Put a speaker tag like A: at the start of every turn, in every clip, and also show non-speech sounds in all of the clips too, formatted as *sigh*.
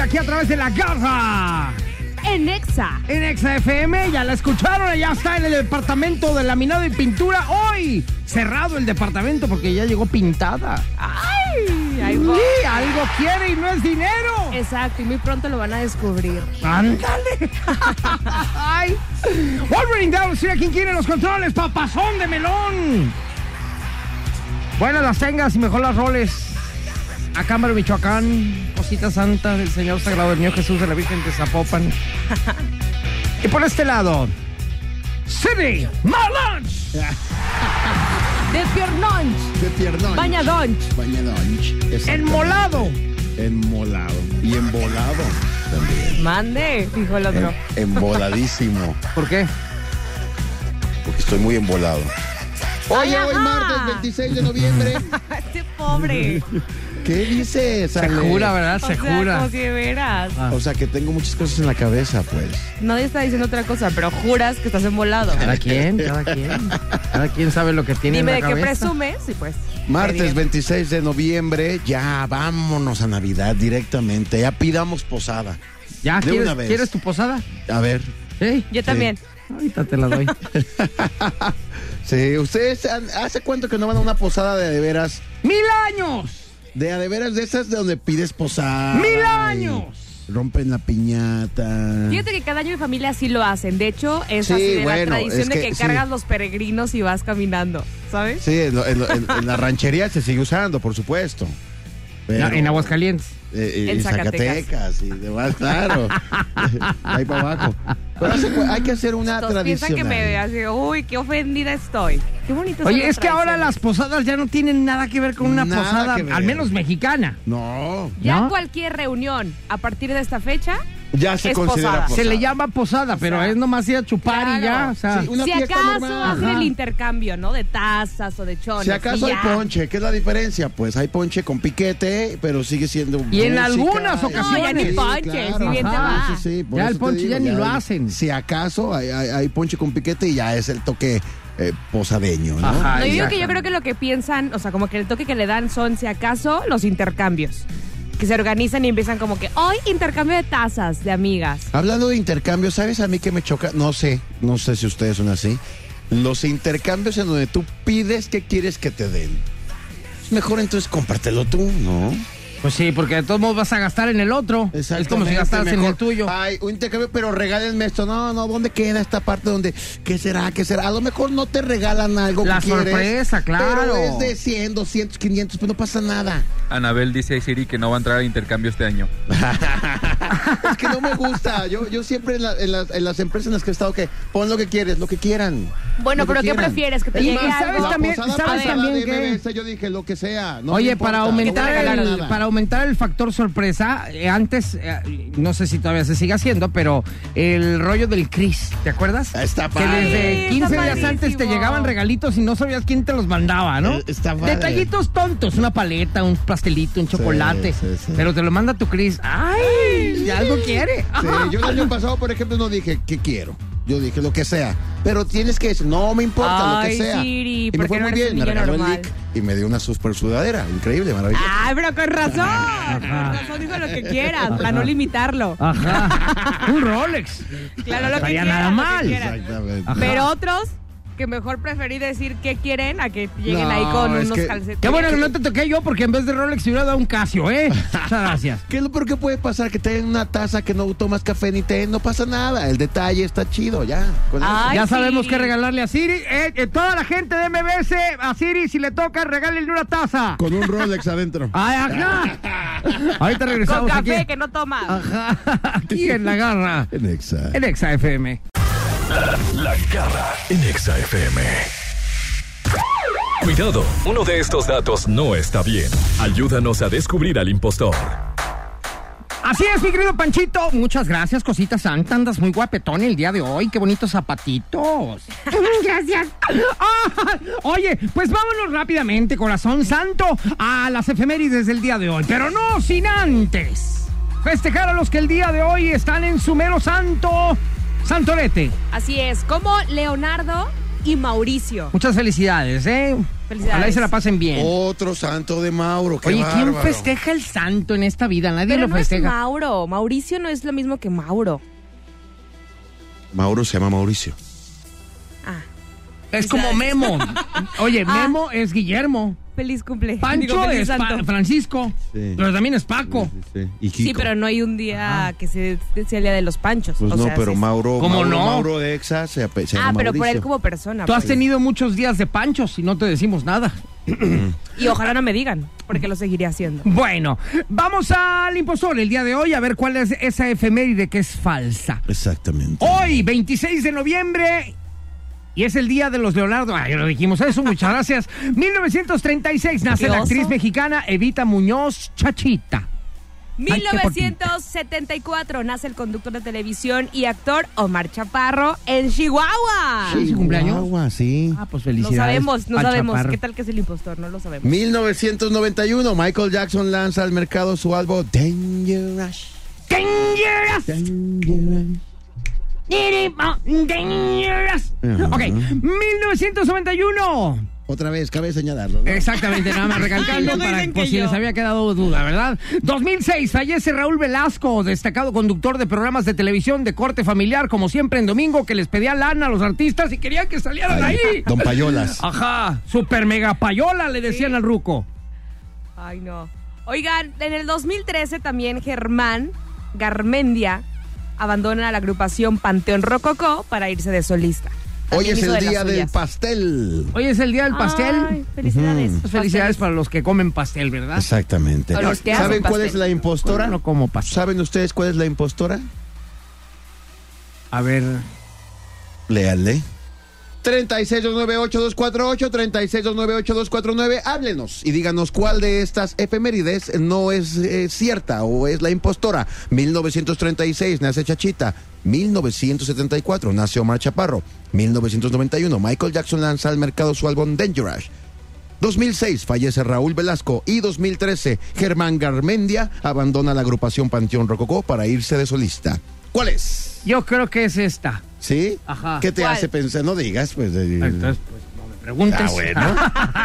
A: aquí a través de la garra.
B: En Exa.
A: En Exa FM, ya la escucharon, ya está en el departamento de laminado y pintura. Hoy cerrado el departamento porque ya llegó pintada.
B: ¡Ay!
A: Ahí va. Sí, algo quiere y no es dinero.
B: Exacto, y muy pronto lo van a descubrir.
A: ¡Ándale! *laughs* ¡Ay! Wolverine Down, mira quién quiere los controles, papazón de melón. Buenas las tengas y mejor las roles. A Cámara, Michoacán. Cosita Santa del Señor Sagrado del Niño Jesús de la Virgen de Zapopan. y por este lado, City Malonch.
B: De Piernonch.
C: De Piernonch.
B: Bañadonch.
C: Bañadonch.
A: Enmolado.
C: Enmolado. Y embolado también.
B: Mande, dijo el otro.
C: En, emboladísimo.
A: ¿Por qué?
C: Porque estoy muy embolado. Oye, hoy martes 26 de noviembre.
B: este pobre.
C: ¿Qué dices?
A: Ale? Se jura, ¿verdad? Se
B: o sea,
A: jura.
B: Como si veras.
C: Ah. O sea, que tengo muchas cosas en la cabeza, pues.
B: Nadie está diciendo otra cosa, pero juras que estás embolado.
A: Cada quien, cada *laughs* quien. Cada quien sabe lo que tiene
B: Dime
A: en
B: la de qué presumes y pues.
C: Martes 26 de noviembre, ya vámonos a Navidad directamente. Ya pidamos posada.
A: ¿Ya? De ¿Quieres, una vez. ¿Quieres tu posada?
C: A ver.
B: Sí. Yo también. Sí.
A: Ahorita te la doy.
C: sí, ¿ustedes han, hace cuánto que no van a una posada de de veras?
A: *laughs* ¡Mil años!
C: De a de veras de esas de donde pides posada.
A: ¡Mil años!
C: Rompen la piñata.
B: Fíjate que cada año mi familia sí lo hacen. De hecho, es sí, así de bueno, la tradición es que, de que cargas sí. los peregrinos y vas caminando, ¿sabes?
C: Sí, en, lo, en, lo, en, en la ranchería se sigue usando, por supuesto.
A: Pero, en Aguascalientes.
C: Eh, en Zacatecas. Zacatecas y demás,
A: *laughs*
C: claro. Ahí para abajo. Pero hace, hay que hacer una
B: Entonces,
C: tradicional.
B: Piensan que me así, uy, qué ofendida estoy. Qué bonito.
A: Oye, es que ahora las posadas ya no tienen nada que ver con una nada posada, al menos mexicana.
C: No.
B: Ya
C: no.
B: cualquier reunión a partir de esta fecha
C: ya se
B: es
C: considera posada.
A: Se le llama posada, pero o sea, es nomás ir a chupar claro. y ya. O sea,
B: sí, una si acaso hacen el intercambio, ¿no? De tazas o de chones.
C: Si acaso hay ya. ponche, ¿qué es la diferencia? Pues hay ponche con piquete, pero sigue siendo.
A: Y música, en algunas ocasiones.
B: No, ya ni ponche, sí, claro. si bien te va.
A: Sí, sí, ya el ponche digo, ya, ya, ni
C: hay,
A: lo hacen.
C: Si acaso hay, hay, hay ponche con piquete y ya es el toque eh, posadeño, ¿no?
B: Ajá, no yo digo que yo creo que lo que piensan, o sea, como que el toque que le dan son, si acaso, los intercambios. Que se organizan y empiezan como que hoy intercambio de tazas de amigas.
C: Hablando de intercambio, ¿sabes a mí que me choca? No sé, no sé si ustedes son así. Los intercambios en donde tú pides que quieres que te den. Mejor entonces compártelo tú, ¿no?
A: Pues sí, porque de todos modos vas a gastar en el otro. Es como si gastaras mejor. en el tuyo.
C: Ay, un intercambio, pero regálenme esto. No, no, ¿dónde queda esta parte donde qué será, qué será? A lo mejor no te regalan algo
A: La
C: que
A: sorpresa,
C: quieres,
A: claro.
C: Pero es de 100, 200, 500, pues no pasa nada.
D: Anabel dice a Siri que no va a entrar a intercambio este año.
C: es que no me gusta. Yo, yo siempre en, la, en, las, en las empresas en las que he estado que pon lo que quieres, lo que quieran.
B: Bueno,
C: lo que
B: pero ¿qué
C: quieran.
B: prefieres? ¿Que te
C: Es
B: llegue
C: más,
B: algo?
C: la
A: También-
C: posada
A: ¿sabes
C: pasada
A: también
C: de
A: qué?
C: MBS, yo dije lo que sea. no me
A: Oye,
C: importa.
A: para
B: Que te
A: aumentar,
B: regalaron
A: el,
C: nada.
A: para aumentar el factor sorpresa, eh, antes, eh, no sé si todavía se sigue haciendo, pero el rollo del Cris, ¿te acuerdas?
C: Ah, Está
A: que
C: padre.
A: desde
B: Sí, está
A: 15 días antes te
B: padrísimo.
A: llegaban regalitos y no sabías quién te los mandaba, ¿no?
C: Eh, está padre.
A: Detallitos tontos, una paleta, un pastelito, un chocolate,
C: sí, sí.
A: pero te lo manda tu Cris. ¡Ay! ya algo quiere.
C: Sí, yo el año pasado, por ejemplo, no dije qué quiero. Yo dije lo que sea. Pero tienes que decir, no me importa
B: Ay,
C: lo que sea.
B: Siri,
C: y
B: ¿por
C: me
B: qué
C: fue
B: no
C: muy
B: eres
C: bien.
B: un
C: Me
B: niño
C: regaló el
B: normal? Ah,
C: lic y me dio una super sudadera. Increíble, maravilloso.
B: Ay, pero con razón. Con razón dijo lo que quieras, para no limitarlo.
A: Ajá. un Rolex.
B: Claro, lo que
A: Estaría
B: quieras.
A: nada
B: lo que
A: mal.
B: quieras.
C: Exactamente.
A: Ajá.
B: Pero otros que mejor preferí decir qué quieren a que lleguen
C: No,
B: ahí con
C: es
B: unos
C: que-
B: calcetines.
A: Qué bueno que no te toqué yo porque en vez de Rolex te hubiera dado un Casio, ¿eh? Muchas gracias.
C: ¿Qué es lo peor que puede pasar? Que te den una taza que no tomas café ni té. No pasa nada. El detalle está chido, ya. con eso.
B: Ay,
A: ya sabemos
B: sí.
A: qué regalarle a Siri. Eh, eh, toda la gente de MBS, a Siri, si le toca, regálenle una taza.
C: Con un Rolex adentro.
A: Ay,
B: *laughs*
A: ajá. Ahorita
B: Con
A: regresamos
B: café
A: aquí.
B: que no tomas.
A: Ajá. *laughs* Aquí en la garra.
C: En Exa.
A: En Exa FM.
E: La garra en Exa FM. Cuidado, uno de estos datos no está bien. Ayúdanos a descubrir al impostor.
A: Así es, mi querido Panchito. Muchas gracias, cosita santa. Andas muy guapetón el día de hoy. Qué bonitos
B: *laughs*
A: zapatitos. gracias. oye, pues vámonos rápidamente, corazón santo, a las efemérides del día de hoy. Pero no sin antes festejar a los que el día de hoy están en su mero santo. Santorete,
B: Así es, como Leonardo y Mauricio.
A: muchas felicidades, ¿eh?
B: Felicidades.
A: Ojalá y se la pasen bien.
C: Otro santo de Mauro. Oh, Qué
A: Oye, ¿quién
C: bárbaro.
A: festeja el santo en esta vida? Nadie
B: Pero
A: lo
B: no es
A: festeja.
B: Mauro. Mauricio no es lo mismo que Mauro.
C: Mauro se llama Mauricio.
B: Ah,
A: es como
B: *laughs*
A: Memo. Oye,
B: Ah.
A: Memo es Guillermo.
B: feliz cumple. *laughs* Digo,
A: Pancho
B: feliz
A: es
B: santo.
A: Pa- Francisco,
C: Sí.
A: pero también es Paco.
C: Y Kiko.
B: Sí, pero no hay un día
A: Ah.
B: que se que sea el día de los panchos.
C: Pues
B: o
C: no,
B: sea,
C: pero
B: sí-
C: Mauro,
A: ¿Cómo
C: Mauro,
A: no?
C: Mauro de Exa se, ape- se
B: Ah,
C: llama
B: pero por él
C: Mauricio.
B: como persona.
A: Tú has
B: pues.
A: tenido muchos días de panchos y no te decimos nada.
B: Y ojalá no me digan, porque lo seguiré haciendo.
A: Bueno, vamos al impostor el día de hoy a ver cuál es esa efeméride que es falsa.
C: Exactamente.
A: Hoy, 26 de noviembre. Y es el día de los Leonardo. Ah, ya lo dijimos
B: *laughs*
A: eso, muchas gracias. 1936 nace la
B: Curioso.
A: actriz mexicana Evita Muñoz Chachita. Ay, qué bonito.
B: 1974 nace el conductor de televisión y actor Omar Chaparro en Chihuahua.
A: Sí. ¿Es su cumpleaños?
C: Chihuahua, sí.
A: Ah, pues
B: No
A: felicidades.
B: sabemos, no
A: al
B: sabemos
A: chaparro.
B: qué tal que es el impostor, no lo sabemos.
C: 1991, Michael Jackson lanza al mercado su álbum Dangerous.
A: Dangerous.
C: Dangerous.
A: Dangerous.
C: Ajá.
A: Ok, 1991.
C: Otra vez, cabe señalarlo. ¿no?
B: Eh,
A: Exactamente, nada
B: *laughs*
A: más recalcando
B: Luego
A: para
B: dicen
A: por
B: que
A: si
B: yo.
A: les había quedado duda, ¿verdad? 2006 fallece Raúl Velasco, destacado conductor de programas de televisión de corte familiar, como siempre en domingo, que les pedía lana a los artistas y quería que salieran ahí.
C: Don Payolas.
B: ah,
A: Ajá, super mega payola le decían al ruco.
B: Ay, no. Oigan, en el 2013 también Germán Garmendia abandona la agrupación Panteón Rococó para irse de solista.
C: Hoy
B: También
C: es
B: ah, hizo
C: el
B: de las
C: día del
B: suyas.
C: pastel.
A: Hoy es el día del pastel.
B: Ay, felicidades.
A: Pues felicidades para los que comen pastel, ¿verdad?
C: Exactamente.
B: A los que hacen
C: ¿Saben cuál
B: pastel.
C: es la impostora?
A: No como pastel.
C: ¿Saben ustedes cuál es la impostora?
A: A ver,
C: Leanle. 36298248, 36298249, háblenos y díganos cuál de estas efemérides no es eh, cierta o es la impostora. 1936 nace Chachita, 1974 nace Omar Chaparro, 1991 Michael Jackson lanza al mercado su álbum Dangerous. 2006 fallece Raúl Velasco y 2013 Germán Garmendia abandona la agrupación Panteón Rococó para irse de solista. ¿Cuál es?
A: yo creo que es esta.
C: ¿Sí?
A: Ajá.
C: ¿Qué te
B: ¿Cuál?
C: hace pensar? No digas, pues. eh,
A: Entonces, pues no me preguntes.
C: ah, bueno.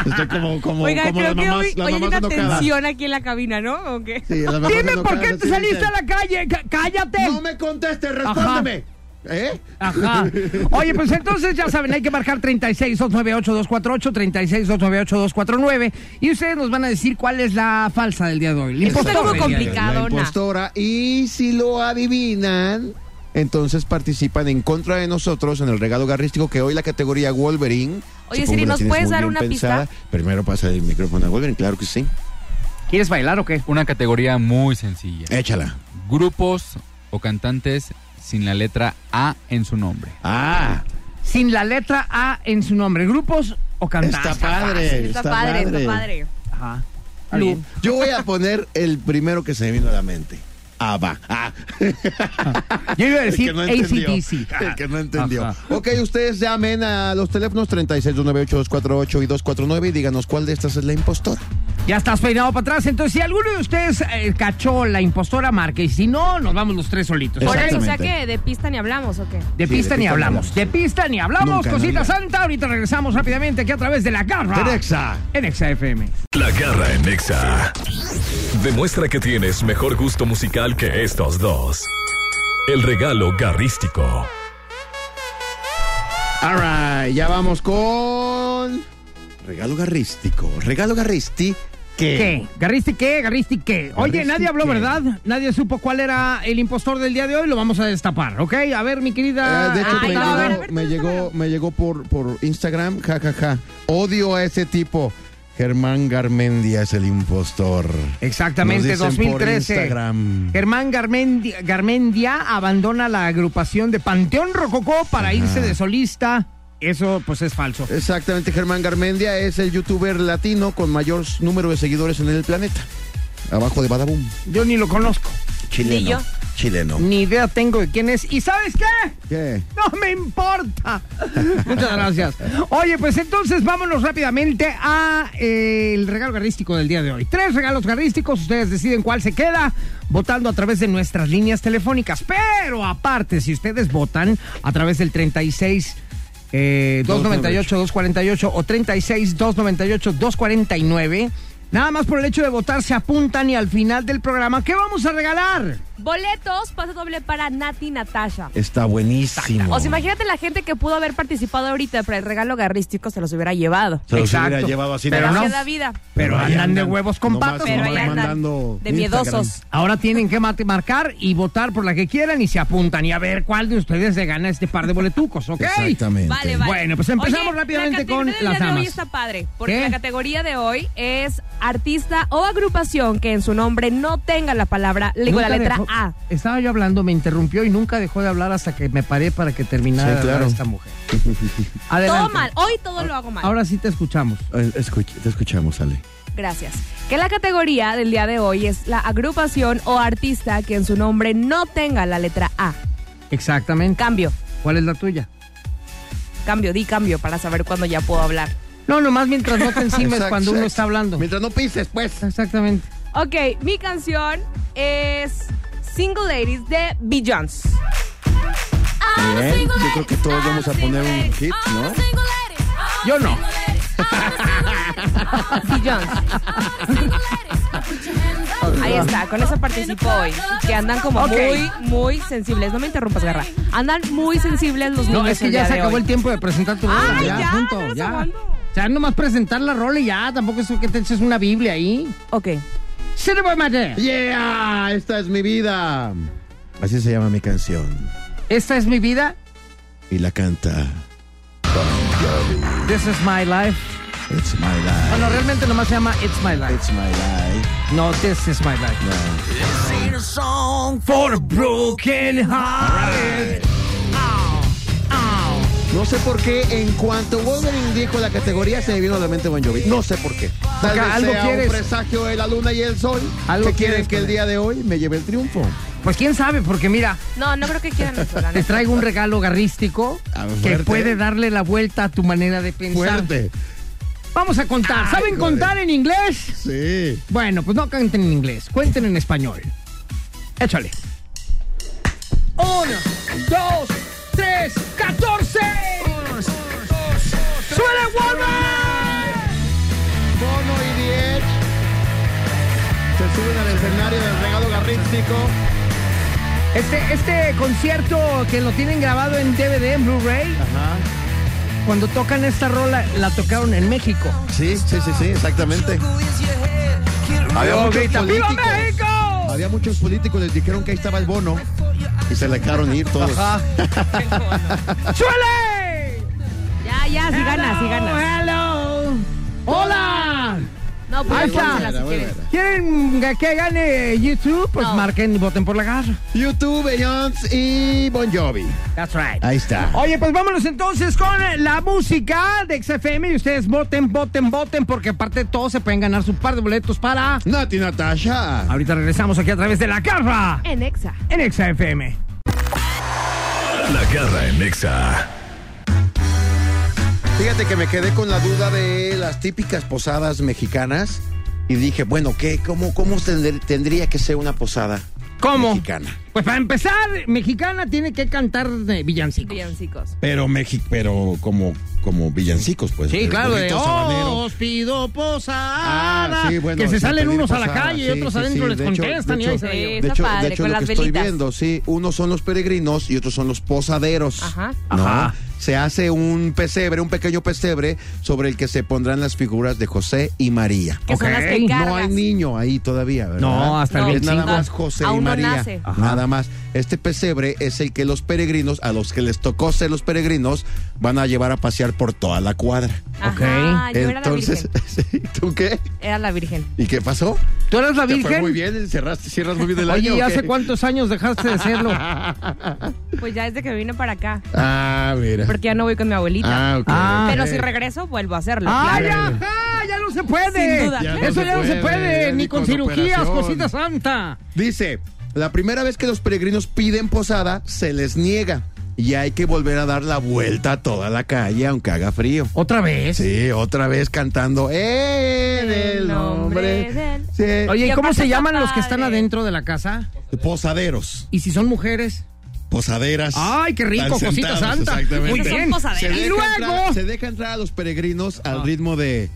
C: Estoy como, como,
B: Oigan,
C: como
B: creo
C: las
B: que
C: mamás,
B: hoy,
C: las
B: hoy hay
C: mamás
B: una
C: enojadas.
B: tensión aquí en la cabina, ¿no? ¿O qué?
C: Sí, las mamás
A: Dime por
C: enojadas,
A: qué te
C: así
A: saliste
C: dicen,
A: a la calle. Cá- Cállate.
C: No me contestes, respóndeme. ¿Eh? *laughs*
A: Ajá. Oye, pues entonces ya saben, hay que marcar 36-298-248, 36-298-249 y ustedes nos van a decir cuál es la falsa del día de hoy. La
C: Está
A: impostora
B: como
A: del día de hoy.
B: complicado.
C: La
B: Cadona.
C: impostora. Y si lo adivinan, entonces participan en contra de nosotros en el regalo garrístico que hoy la categoría Wolverine.
B: Oye,
C: supongo
B: Siri,
C: la
B: ¿nos
C: tienes
B: puedes
C: muy
B: dar
C: bien
B: una
C: Primero pasa el micrófono a Wolverine, claro que sí.
A: ¿Quieres bailar o qué?
D: Una categoría muy sencilla.
C: Échala.
D: Grupos o cantantes sin la letra A en su nombre.
C: Ah,
A: sin la letra A en su nombre. Grupos o cantantes.
C: Está padre.
B: Está, padre, está padre.
A: Ajá.
C: Está bien. Yo voy a poner el primero que se me vino a la mente. Ah, va. Ah.
A: Yo iba a
C: El
A: decir
C: que no entendió.
A: ACDC.
C: *laughs* El que no entendió.
D: Ajá.
C: Ok, ustedes llamen a los teléfonos 36298248 y 249 y díganos cuál de estas es la impostora.
A: Ya estás peinado para atrás. Entonces, si alguno de ustedes eh, cachó la impostora, marque. Y si no, nos vamos los tres solitos.
B: Por eso, o sea
C: Exactamente.
B: que de pista ni hablamos, ¿o qué?
A: De
C: Sí,
A: pista
C: de
A: ni
C: pista
A: hablamos. De pista ni hablamos.
C: Nunca en la
A: Cosita
C: vida.
A: santa. Ahorita regresamos rápidamente aquí a través de la garra.
C: En Exa.
A: En Exa FM.
E: La garra en Nexa. Demuestra que tienes mejor gusto musical que estos dos. El regalo garrístico.
C: All right, ya vamos con. Regalo garrístico. Regalo garristi. Eh,
A: ¿Qué? ¿Garristi qué? ¿Garristi qué? Oye,
C: ¿Garristi
A: nadie habló,
C: qué?
A: ¿verdad? Nadie supo cuál era el impostor del día de hoy. Lo vamos a destapar, ¿ok? A ver, mi querida.
C: Eh, de hecho,
B: Ay,
C: me,
B: Ah, no,
C: llegó,
B: a ver, a ver,
C: me,
B: tú
C: llegó,
B: destápalo.
C: me llegó por, por Instagram, jajaja. Odio a ese tipo. Germán Garmendia es el impostor.
A: Exactamente,
C: Nos dicen por
A: 2013.
C: Instagram.
A: Germán Garmendia, Garmendia abandona la agrupación de Panteón Rococó para irse de solista. Eso, pues, es falso.
C: Eh. Exactamente, Germán Garmendia es el youtuber latino con mayor número de seguidores en el planeta. Abajo de Badaboom.
A: Yo ni lo conozco.
C: Chileno.
B: yo.
C: Chileno.
A: Ni idea tengo de quién es. ¿Y sabes qué?
C: ¿Qué?
A: No me importa. *laughs* Muchas gracias. Oye, pues entonces vámonos rápidamente a eh, el regalo garrístico del día de hoy. Tres regalos garrísticos, ustedes deciden cuál se queda votando a través de nuestras líneas telefónicas. Pero aparte, si ustedes votan a través del 36 eh, 298 248 o 36 298 249, nada más por el hecho de votar se apuntan y al final del programa, ¿qué vamos a regalar?
B: Boletos, pase doble para Nati Natasha.
C: Está buenísimo.
B: O sea, imagínate la gente que pudo haber participado ahorita, pero el regalo garrístico se los hubiera llevado.
C: Se los
A: Exacto.
C: hubiera llevado así
A: Pero
C: de
A: no.
B: Así es la vida.
A: Pero
C: ahí
A: andan de huevos con
C: nomás-
A: patas,
B: Pero
C: nomás
B: ahí andan.
C: mandando
B: De
C: Instagram.
B: miedosos.
A: Ahora tienen que mate- marcar y votar por la que quieran y se apuntan y a ver cuál de ustedes se gana este par de boletucos, ¿ok?
C: Exactamente.
B: Vale, vale.
A: Bueno, pues empezamos rápidamente
B: la categoría
A: con
B: del
A: las
B: día de
A: damas.
B: hoy está padre, porque
A: ¿Qué?
B: la categoría de hoy es artista o agrupación que en su nombre no tenga la palabra, digo
A: Nunca
B: la letra
A: dejó-
B: A.
A: Estaba yo hablando, me interrumpió y nunca dejó de hablar hasta que me paré para que terminara
C: Sí,
A: de hablar
C: claro.
A: esta
C: *laughs*
A: mujer. Adelante.
B: Todo mal, hoy todo lo hago mal.
A: Ahora sí te escuchamos.
C: Eh, escuch- te escuchamos, Ale.
B: Gracias. Que la categoría del día de hoy es la agrupación o artista que en su nombre no tenga la letra A.
A: Exactamente.
B: Cambio,
A: ¿Cuál es la tuya?
B: cambio, di cambio para saber cuándo ya puedo hablar.
A: No, nomás mientras
C: *laughs*
A: no te encimes
C: Exacto,
A: cuando uno
C: exacto.
A: está hablando.
C: Mientras no pises, pues.
A: Exactamente.
B: Ok, mi canción es Single Ladies de Beyoncé.
C: Bien, yo creo que todos vamos a poner un hit, ¿no?
A: Yo no.
B: Beyoncé. Ahí está, con eso participo hoy. Que andan como
A: Ok.
B: muy, muy sensibles. No me interrumpas, Garra. Andan muy sensibles los niños.
A: No, es que
B: Pues el
A: ya
B: día
A: se
B: de
A: acabó
B: hoy.
A: el tiempo de presentar tu rola.
B: Ay, ya,
A: punto,
B: pero
A: ya.
B: segundo.
A: O sea, nomás presentar la rola y ya. Tampoco es que te eches una Biblia ahí.
B: Ok.
A: Se le va a matar.
C: Yeah, esta es mi vida. Así se llama mi canción.
A: Esta es mi vida.
C: Y la canta.
A: This is my life.
C: It's my life.
A: Bueno, realmente nomás se llama It's my life.
C: It's my life.
A: No, this is my life. For a broken heart.
C: No sé por qué, en cuanto Wolverine dijo la categoría, se me vino a la mente Bon Jovi. No sé por qué. Tal
A: Porque
C: vez
A: algo
C: sea
A: quieres.
C: un presagio de la luna y el sol.
A: Algo
C: que quieren
A: quieres
C: que el
A: poner.
C: día de hoy me lleve el triunfo.
A: Pues quién sabe, porque mira,
B: No, no creo que quieran eso, la
A: te
B: neta.
A: traigo un regalo garrístico
C: Ah,
A: que
C: fuerte.
A: puede darle la vuelta a tu manera de pensar.
C: Fuerte.
A: Vamos a contar. ¿Saben
C: joder.
A: contar en inglés?
C: Sí.
A: Bueno, pues no canten en inglés, cuenten en español. Échale. Uno, dos, tres, catorce. ¡Suele Wolverine!
C: Bono y Diez se suben al escenario del regalo garrístico.
A: Este, este concierto que lo tienen grabado en DVD, en Blu-ray,
C: Ajá.
A: cuando tocan esta rola, la tocaron en México.
C: Sí, sí, sí, sí, exactamente. Había
A: Luego
C: muchos
A: grita, ¡Viva
C: políticos.
A: México!
C: Había muchos políticos, les dijeron que ahí estaba el bono y se la dejaron ir todos.
A: Ajá. ¡Suele!
B: Ya, ya, si gana, si gana.
A: Hello, hello. ¡Hola!
B: No, No, pues
A: Ahí está.
B: pónsela si
C: Muy
B: quieren.
C: buena.
A: ¿Quieren que gane YouTube? Pues
B: No.
A: marquen y voten por la garra.
C: YouTube, Beyoncé y Bon Jovi.
A: That's right.
C: Ahí está.
A: Oye, pues vámonos entonces con la música de XFM y ustedes voten, voten, voten, porque aparte de todo se pueden ganar su par de boletos para.
C: Nati Natasha.
A: Ahorita regresamos aquí a través de la garra
B: En Exa.
A: en XFM.
E: La garra en Exa.
C: Fíjate que me quedé con la duda de las típicas posadas mexicanas y dije, bueno, ¿qué? ¿Cómo, cómo tendr- tendría que ser una posada
A: ¿Cómo?
C: mexicana?
A: Pues para empezar, mexicana tiene que cantar de villancico.
B: Villancicos.
C: Pero México, pero como, como villancicos, pues.
A: Sí,
C: el
A: claro, de
C: burrito
A: oh,
C: sabanero.
A: os pido posada.
C: Ah, sí, bueno,
A: que se
C: sí,
A: salen
C: pedir
A: unos a la
C: posada,
A: calle y
C: sí,
A: otros
C: sí,
A: adentro
C: sí,
A: les
C: de hecho-
A: contestan
C: de
A: y ahí
C: hecho-
A: se la llevan.
B: Sí,
C: De
B: está
C: hecho, de
B: padre,
C: hecho,
B: con
C: lo
B: las
C: que estoy
B: velitas.
C: viendo, sí, unos son los peregrinos y otros son los posaderos.
B: Ajá.
C: ¿no?
A: Ajá.
C: Se hace un pesebre, un pequeño pesebre sobre el que se pondrán las figuras de José y María.
B: Que son las
A: Ok.
B: que
A: No
C: No hay
B: cargas.
C: niño ahí todavía, ¿verdad?
A: No, hasta el
C: Es
B: 25.
C: nada más José y
B: Aún no
C: María.
B: nace.
A: Ajá.
C: Nada más. Este pesebre es el que los peregrinos, a los que les tocó ser los peregrinos, van a llevar a pasear por toda la cuadra.
B: Ajá, yo era la
C: Entonces, *laughs*
B: virgen.
C: sí, ¿tú qué?
B: Era la virgen.
C: ¿Y qué pasó?
A: ¿Tú eres la
C: ¿Te fue
A: virgen?
C: muy bien? ¿Cerraste, ¿Cierras muy bien el
A: Oye,
C: año?
A: ¿y
C: o
A: hace
C: qué?
A: cuántos años dejaste de serlo?
B: Pues ya desde que vine para acá.
C: Ah, mira.
B: Porque ya no voy con mi abuelita.
C: Ah, ok.
A: Ah.
B: Pero si regreso, vuelvo a hacerlo.
A: ¡Ay,
B: claro.
A: ajá! ¡Ya no se puede!
B: Sin duda.
C: Ya
A: Eso ya no se puede,
C: ya
A: ni con, cirugías,
C: operación.
A: cosita santa.
C: Dice, la primera vez que los peregrinos piden posada, se les niega. Y hay que volver a dar la vuelta a toda la calle, aunque haga frío.
A: ¿Otra vez?
C: Sí, otra vez cantando en el
B: El
C: nombre
B: nombre
C: del...
B: del-
C: Sí.
A: Oye, ¿y
B: Yo
A: cómo
B: creo
A: se
B: que
A: llaman
B: está
A: los que están
B: padre.
A: adentro de la casa?
C: Posaderos,
A: ¿Y si son mujeres?
C: posaderas.
A: ¡Ay, qué rico,
C: Están
A: cosita
C: sentados,
A: santa!
C: Exactamente.
A: Muy
B: Esas son
A: bien.
B: posaderas.
C: Se
A: Y
C: deja,
A: luego-
C: entrar, se deja entrar a los peregrinos al ritmo de...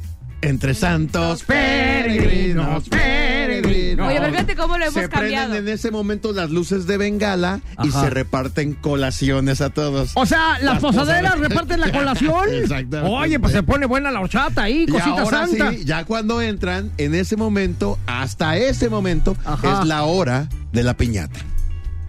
C: Entre santos,
A: peregrinos, peregrinos.
B: Oye, pero fíjate cómo lo hemos
C: se
B: cambiado.
C: prenden en ese momento las luces de Bengala y
A: Ajá.
C: se reparten colaciones a todos.
A: O sea, las,
C: Las
A: posaderas
C: posaderas.
A: reparten *laughs* la colación.
C: Exactamente.
A: Oye, pues se pone buena la horchata ahí,
C: Y
A: cosita
C: ahora
A: santa.
C: sí, ya cuando entran, en ese momento, hasta ese momento,
A: Ajá.
C: es la hora de la piñata.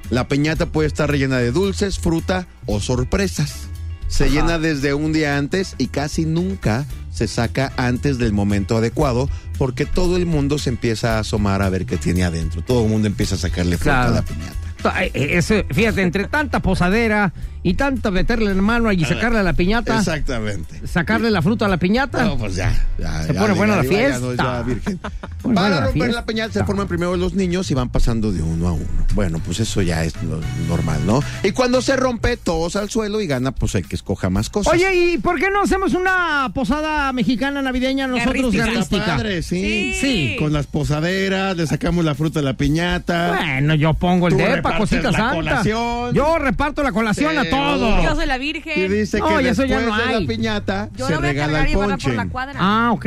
C: La piñata puede estar rellena de dulces, fruta o sorpresas. Se llena desde un día antes y casi nunca se saca antes del momento adecuado porque todo el mundo se empieza a asomar a ver qué tiene adentro. Todo el mundo empieza a sacarle fruta a
A: Claro.
C: la piñata.
A: Ay, eh, ese- fíjate, entre tanta posadera y tanta meterle la mano y sacarle a la piñata,
C: Exactamente.
A: sacarle la fruta a la piñata.
C: No, pues ya. ya,
A: Ah. Se
C: ya,
A: pone buena la
C: ya, ya
A: fiesta.
C: no es ya
A: *laughs*
C: virgen.
A: Pone buena
C: Para
A: la
C: romper
A: fiesta.
C: la piñata se forman primero los niños y van pasando de uno a uno. Bueno, pues eso ya es lo normal, ¿no? Y cuando se rompe, todos al suelo y gana, pues el que escoja más cosas.
A: Oye, ¿y por qué no hacemos una posada mexicana navideña nosotros
B: Garrística.
C: Está
A: garrística?
C: padre, sí.
B: Sí. Sí.
C: Con las posaderas, le sacamos la fruta de la piñata.
A: Bueno, yo pongo el
C: Tú
A: depa,
C: repartes
A: cosita
C: la
A: santa.
C: colación.
A: Yo reparto la colación a
C: Sí,
A: todos.
B: Yo soy la
C: Y
B: virgen.
C: dice
A: No,
C: que
A: y eso
C: después
A: ya no
C: de
A: hay.
C: la piñata
B: Yo
C: se
B: la voy a
C: regala
B: cargar
C: el
B: y llevarla por
C: ponche.
B: la cuadra.
A: Ah, ok.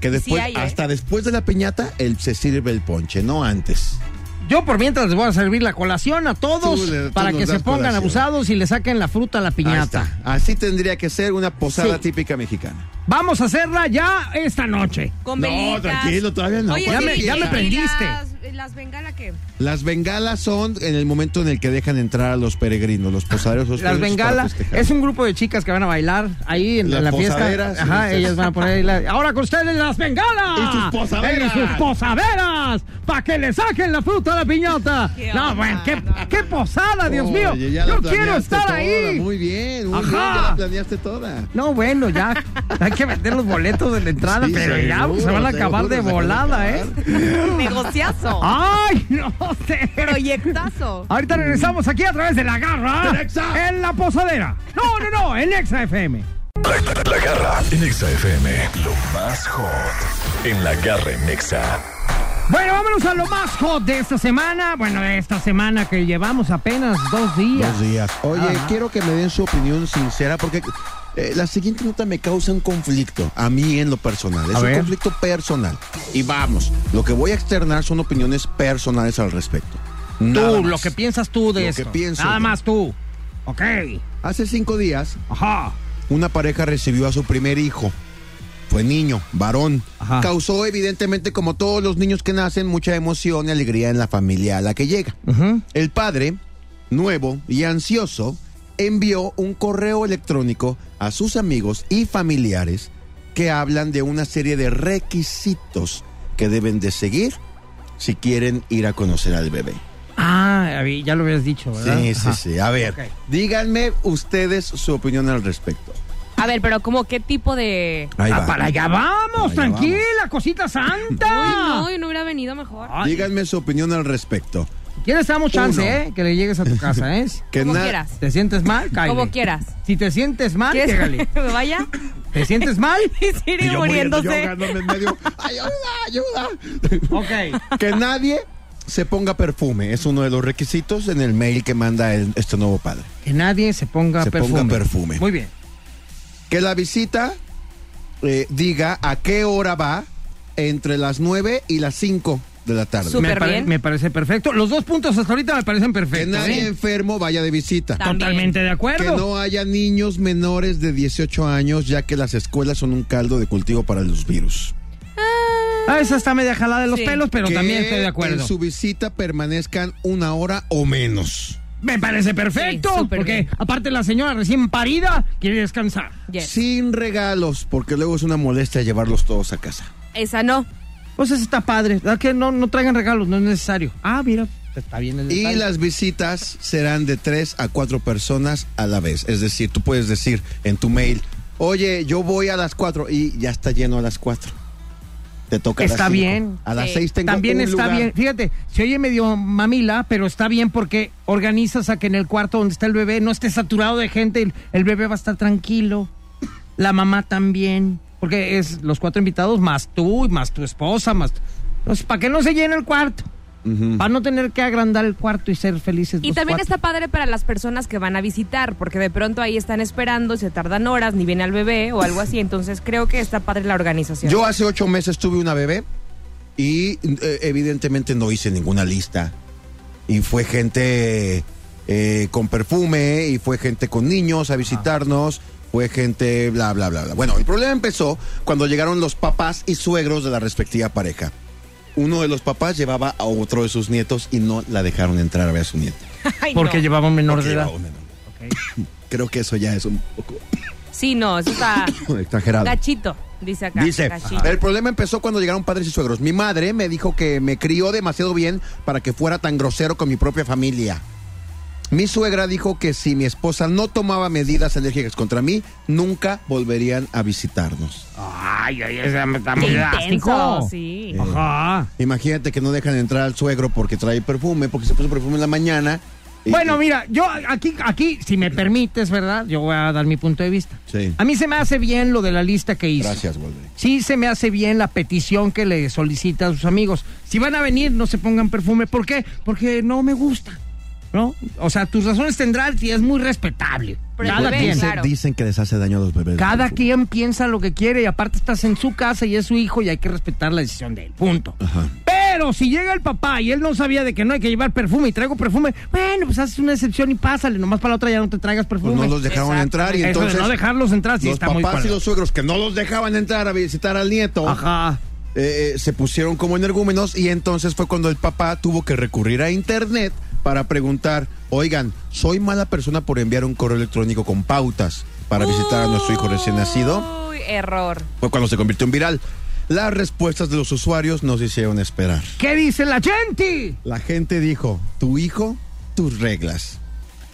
C: Que después,
B: hay, ¿eh?
C: hasta después de la piñata, él se sirve el ponche, no antes.
A: Yo por mientras les voy a servir la colación a todos
C: Tú le- tú
A: para
C: nos
A: que se
C: das
A: pongan
C: colación.
A: abusados y le saquen la fruta a la
C: Ahí
A: piñata.
C: está. Así tendría que ser una posada
A: Sí.
C: típica mexicana.
A: Vamos a hacerla ya esta noche.
B: Con
C: No,
B: velitas.
C: tranquilo, todavía no.
B: Oye,
A: Ya
B: sí,
A: me- ya me
B: ¿y
A: prendiste.
B: Las, las bengala qué? *clears throat*
C: Las bengalas son en el momento en el que dejan entrar a los peregrinos, los posaderos. los
A: Las
C: peregrinos para
A: bengalas
C: festejar.
A: es un grupo de chicas que van a bailar ahí en
C: Las
A: la fiesta.
C: posaderas,
A: Ajá,
C: sí, sí.
A: ellas van a poner ahí la- Ahora con ustedes las bengalas.
C: Y sus posaderas.
A: Y sus posaderas. Para que le saquen la fruta a la piñata.
B: *laughs* Qué
A: no,
B: onda,
A: bueno, qué,
B: no.
A: qué posada, Dios
C: Oye,
A: mío.
C: ya la
A: Yo quiero
C: planeaste
A: estar
C: toda,
A: ahí.
C: Muy bien, muy
A: Ajá.
C: bien, ya la planeaste toda.
A: No, bueno,
C: *laughs*
A: ya. Hay que vender los boletos de la entrada,
C: Sí,
A: pero ya pues,
C: seguro,
A: se van a acabar
C: seguro,
A: de
C: se van a
A: volada, ¿eh?
C: acabar.
B: Negociazo.
C: Ah.
A: ¡Ay, no sé!
B: Proyectazo.
A: Ahorita regresamos aquí a través de la garra. En la posadera. No, no, no, en Exa FM.
E: La, la- la garra en Exa FM. Lo más hot en la garra en Exa.
A: Bueno, vámonos a lo más hot de esta semana. Bueno, de esta semana que llevamos apenas dos días.
C: Dos días. Oye,
A: Ajá.
C: quiero que me den su opinión sincera porque eh, la siguiente nota me causa un conflicto, a mí en lo personal. Es
A: A
C: un
A: ver.
C: conflicto personal. Y vamos, lo que voy a externar son opiniones personales al respecto. Nada
A: Tú,
C: más.
A: lo que piensas tú de
C: Lo
A: esto.
C: que pienso
A: Nada
C: yo.
A: más tú. Ok.
C: Hace cinco días,
A: Ajá.
C: una pareja recibió a su primer hijo. Fue niño, varón.
A: Ajá.
C: Causó evidentemente, como todos los niños que nacen, mucha emoción y alegría en la familia a la que llega.
A: Ujú.
C: El padre, nuevo y ansioso, envió un correo electrónico a sus amigos y familiares que hablan de una serie de requisitos que deben de seguir si quieren ir a conocer al bebé.
A: Ah, a ver, ya lo habías dicho, ¿verdad?
C: Sí, sí,
A: Ajá.
C: sí. A ver,
A: Ok.
C: díganme ustedes su opinión al respecto.
B: A ver, pero como qué tipo de...
C: Ahí
A: Ah,
C: va.
A: para allá vamos,
C: Para allá
A: tranquila, cosita santa.
B: Uy,
C: Ah.
B: no, yo no hubiera venido mejor.
A: Ay,
C: Díganme su opinión al respecto.
A: ¿Quieres damos chance,
C: Uno.
A: eh? Que le llegues a tu casa, ¿eh?
C: Que
B: Como
C: na-
B: quieras.
A: ¿Te sientes mal? Cállate.
B: Como quieras.
A: Si te sientes
C: Ah,
A: mal,
B: ¿Quieres
A: llégale.
B: *laughs* que me
C: *laughs*
B: vaya?
A: ¿Te sientes
B: *laughs*
A: mal?
B: Y sigue
C: Y yo muriendo,
B: muriéndose.
C: yo ahogándome en *laughs* medio. Ayuda, ayuda.
A: Ok.
C: que nadie se ponga perfume. Es uno de los requisitos en el mail que manda el- este nuevo padre.
A: Que nadie se ponga
C: Se ponga
A: perfume.
C: perfume.
A: Muy bien.
C: Que la visita eh, diga a qué hora va entre las 9 y las 5 de la tarde.
B: Súper
A: me, pare-
B: bien.
A: me parece perfecto. Los dos puntos hasta ahorita me parecen
C: Que
A: perfectos.
C: nadie
A: ¿eh?
C: enfermo vaya de visita.
B: Ta- También.
A: Totalmente de
C: Que
A: acuerdo.
C: no haya niños menores de 18 años, ya que las escuelas son un caldo de cultivo para los virus.
A: Ah, esa está media jalada de los
B: Sí.
A: pelos, pero
C: Que
A: también estoy de
C: En
A: acuerdo.
C: su visita permanezcan una hora o menos.
A: Me parece perfecto.
B: Sí, súper
A: porque
B: bien.
A: aparte la señora recién parida quiere descansar.
B: Yes.
C: Sin regalos, porque luego es una molestia llevarlos todos a casa.
B: Esa no.
A: Pues eso está padre. ¿Verdad que no, no traigan regalos? No es necesario. Ah, mira, está bien el
C: Y
A: detalle.
C: las visitas serán de tres a cuatro personas a la vez. Es decir, tú puedes decir en tu mail, oye, yo voy a las cuatro y ya está lleno a las cuatro. Te toca. a las
A: Está
C: cinco.
A: bien.
C: A las
B: Sí.
C: seis tengo
A: También
C: un
A: está
C: lugar.
A: bien. Fíjate, se oye medio mamila, pero está bien porque organizas a que en el cuarto donde está el bebé no esté saturado de gente. El, el bebé va a estar tranquilo. La mamá también. Porque es los cuatro invitados más tú y más tu esposa, más. Entonces, ¿para que no se llene el cuarto? Para no tener que agrandar el cuarto y ser felices.
B: Y
A: los
B: también
A: cuatro.
B: está padre para las personas que van a visitar, porque de pronto ahí están esperando, y se tardan horas, ni viene al bebé o algo así. Entonces creo que está padre la organización.
C: Yo hace ocho meses tuve una bebé y eh, evidentemente no hice ninguna lista. Y fue gente eh, con perfume y fue gente con niños a visitarnos. Fue gente bla, bla, bla, bla. Bueno, el problema empezó cuando llegaron los papás y suegros de la respectiva pareja. Uno de los papás llevaba a otro de sus nietos y no la dejaron entrar a ver a su nieto.
B: *laughs* Ay,
A: Porque
B: no.
A: llevaba un menor
C: Porque
A: de edad.
C: llevaba un menor. *coughs* Creo que eso ya es un poco *coughs*
B: Sí, no, eso está
C: exagerado.
B: gachito, dice acá.
C: Dice,
B: Gachito.
C: el problema empezó cuando llegaron padres y suegros. Mi madre me dijo que me crió demasiado bien para que fuera tan grosero con mi propia familia. Mi suegra dijo que si mi esposa no tomaba medidas alérgicas contra mí, nunca volverían a visitarnos.
A: Ay, ay, ese está
B: Qué
A: muy
B: intenso,
A: drástico.
B: sí.
A: Ajá.
C: Imagínate que no dejan entrar al suegro porque trae perfume, porque se puso perfume en la mañana. Y-
A: Bueno,
C: y-
A: mira, yo aquí, aquí, si me permites, ¿verdad? Yo voy a dar mi punto de vista.
C: Sí.
A: A mí se me hace bien lo de la lista que hice.
C: Gracias, Wolverine.
A: Sí se me hace bien la petición que le solicita a sus amigos. Si van a venir, no se pongan perfume. ¿Por qué? Porque no me gusta. ¿No? O sea, tus razones tendrán y es muy respetable.
B: Pero el
A: Cada
B: bebé,
A: quien.
C: Dicen,
B: claro.
C: Pues dicen que les hace daño a los bebés. Pues,
A: Cada quien piensa lo que quiere y aparte estás en su casa y es su hijo y hay que respetar la decisión de él. Punto.
C: Ajá.
A: Pero si llega el papá y él no sabía de que no hay que llevar perfume y traigo perfume, bueno, pues haces una excepción y pásale. Nomás para la otra ya no te traigas
C: Pues
A: perfume.
C: no los dejaron
B: Exacto.
C: entrar y
A: Eso de
C: entonces...
A: no dejarlos entrar sí
C: los
A: está muy
C: papás y
A: cuadrado.
C: los suegros que no los dejaban entrar a visitar al nieto.
A: Ajá.
C: eh, eh, se pusieron como energúmenos y entonces fue cuando el papá tuvo que recurrir a internet para preguntar, oigan, soy mala persona por enviar un correo electrónico con pautas para visitar a nuestro hijo recién nacido.
B: Uy, error.
C: Fue cuando se convirtió en viral. Las respuestas de los usuarios nos hicieron esperar.
A: ¿Qué dice la gente?
C: La gente dijo, tu hijo, tus reglas.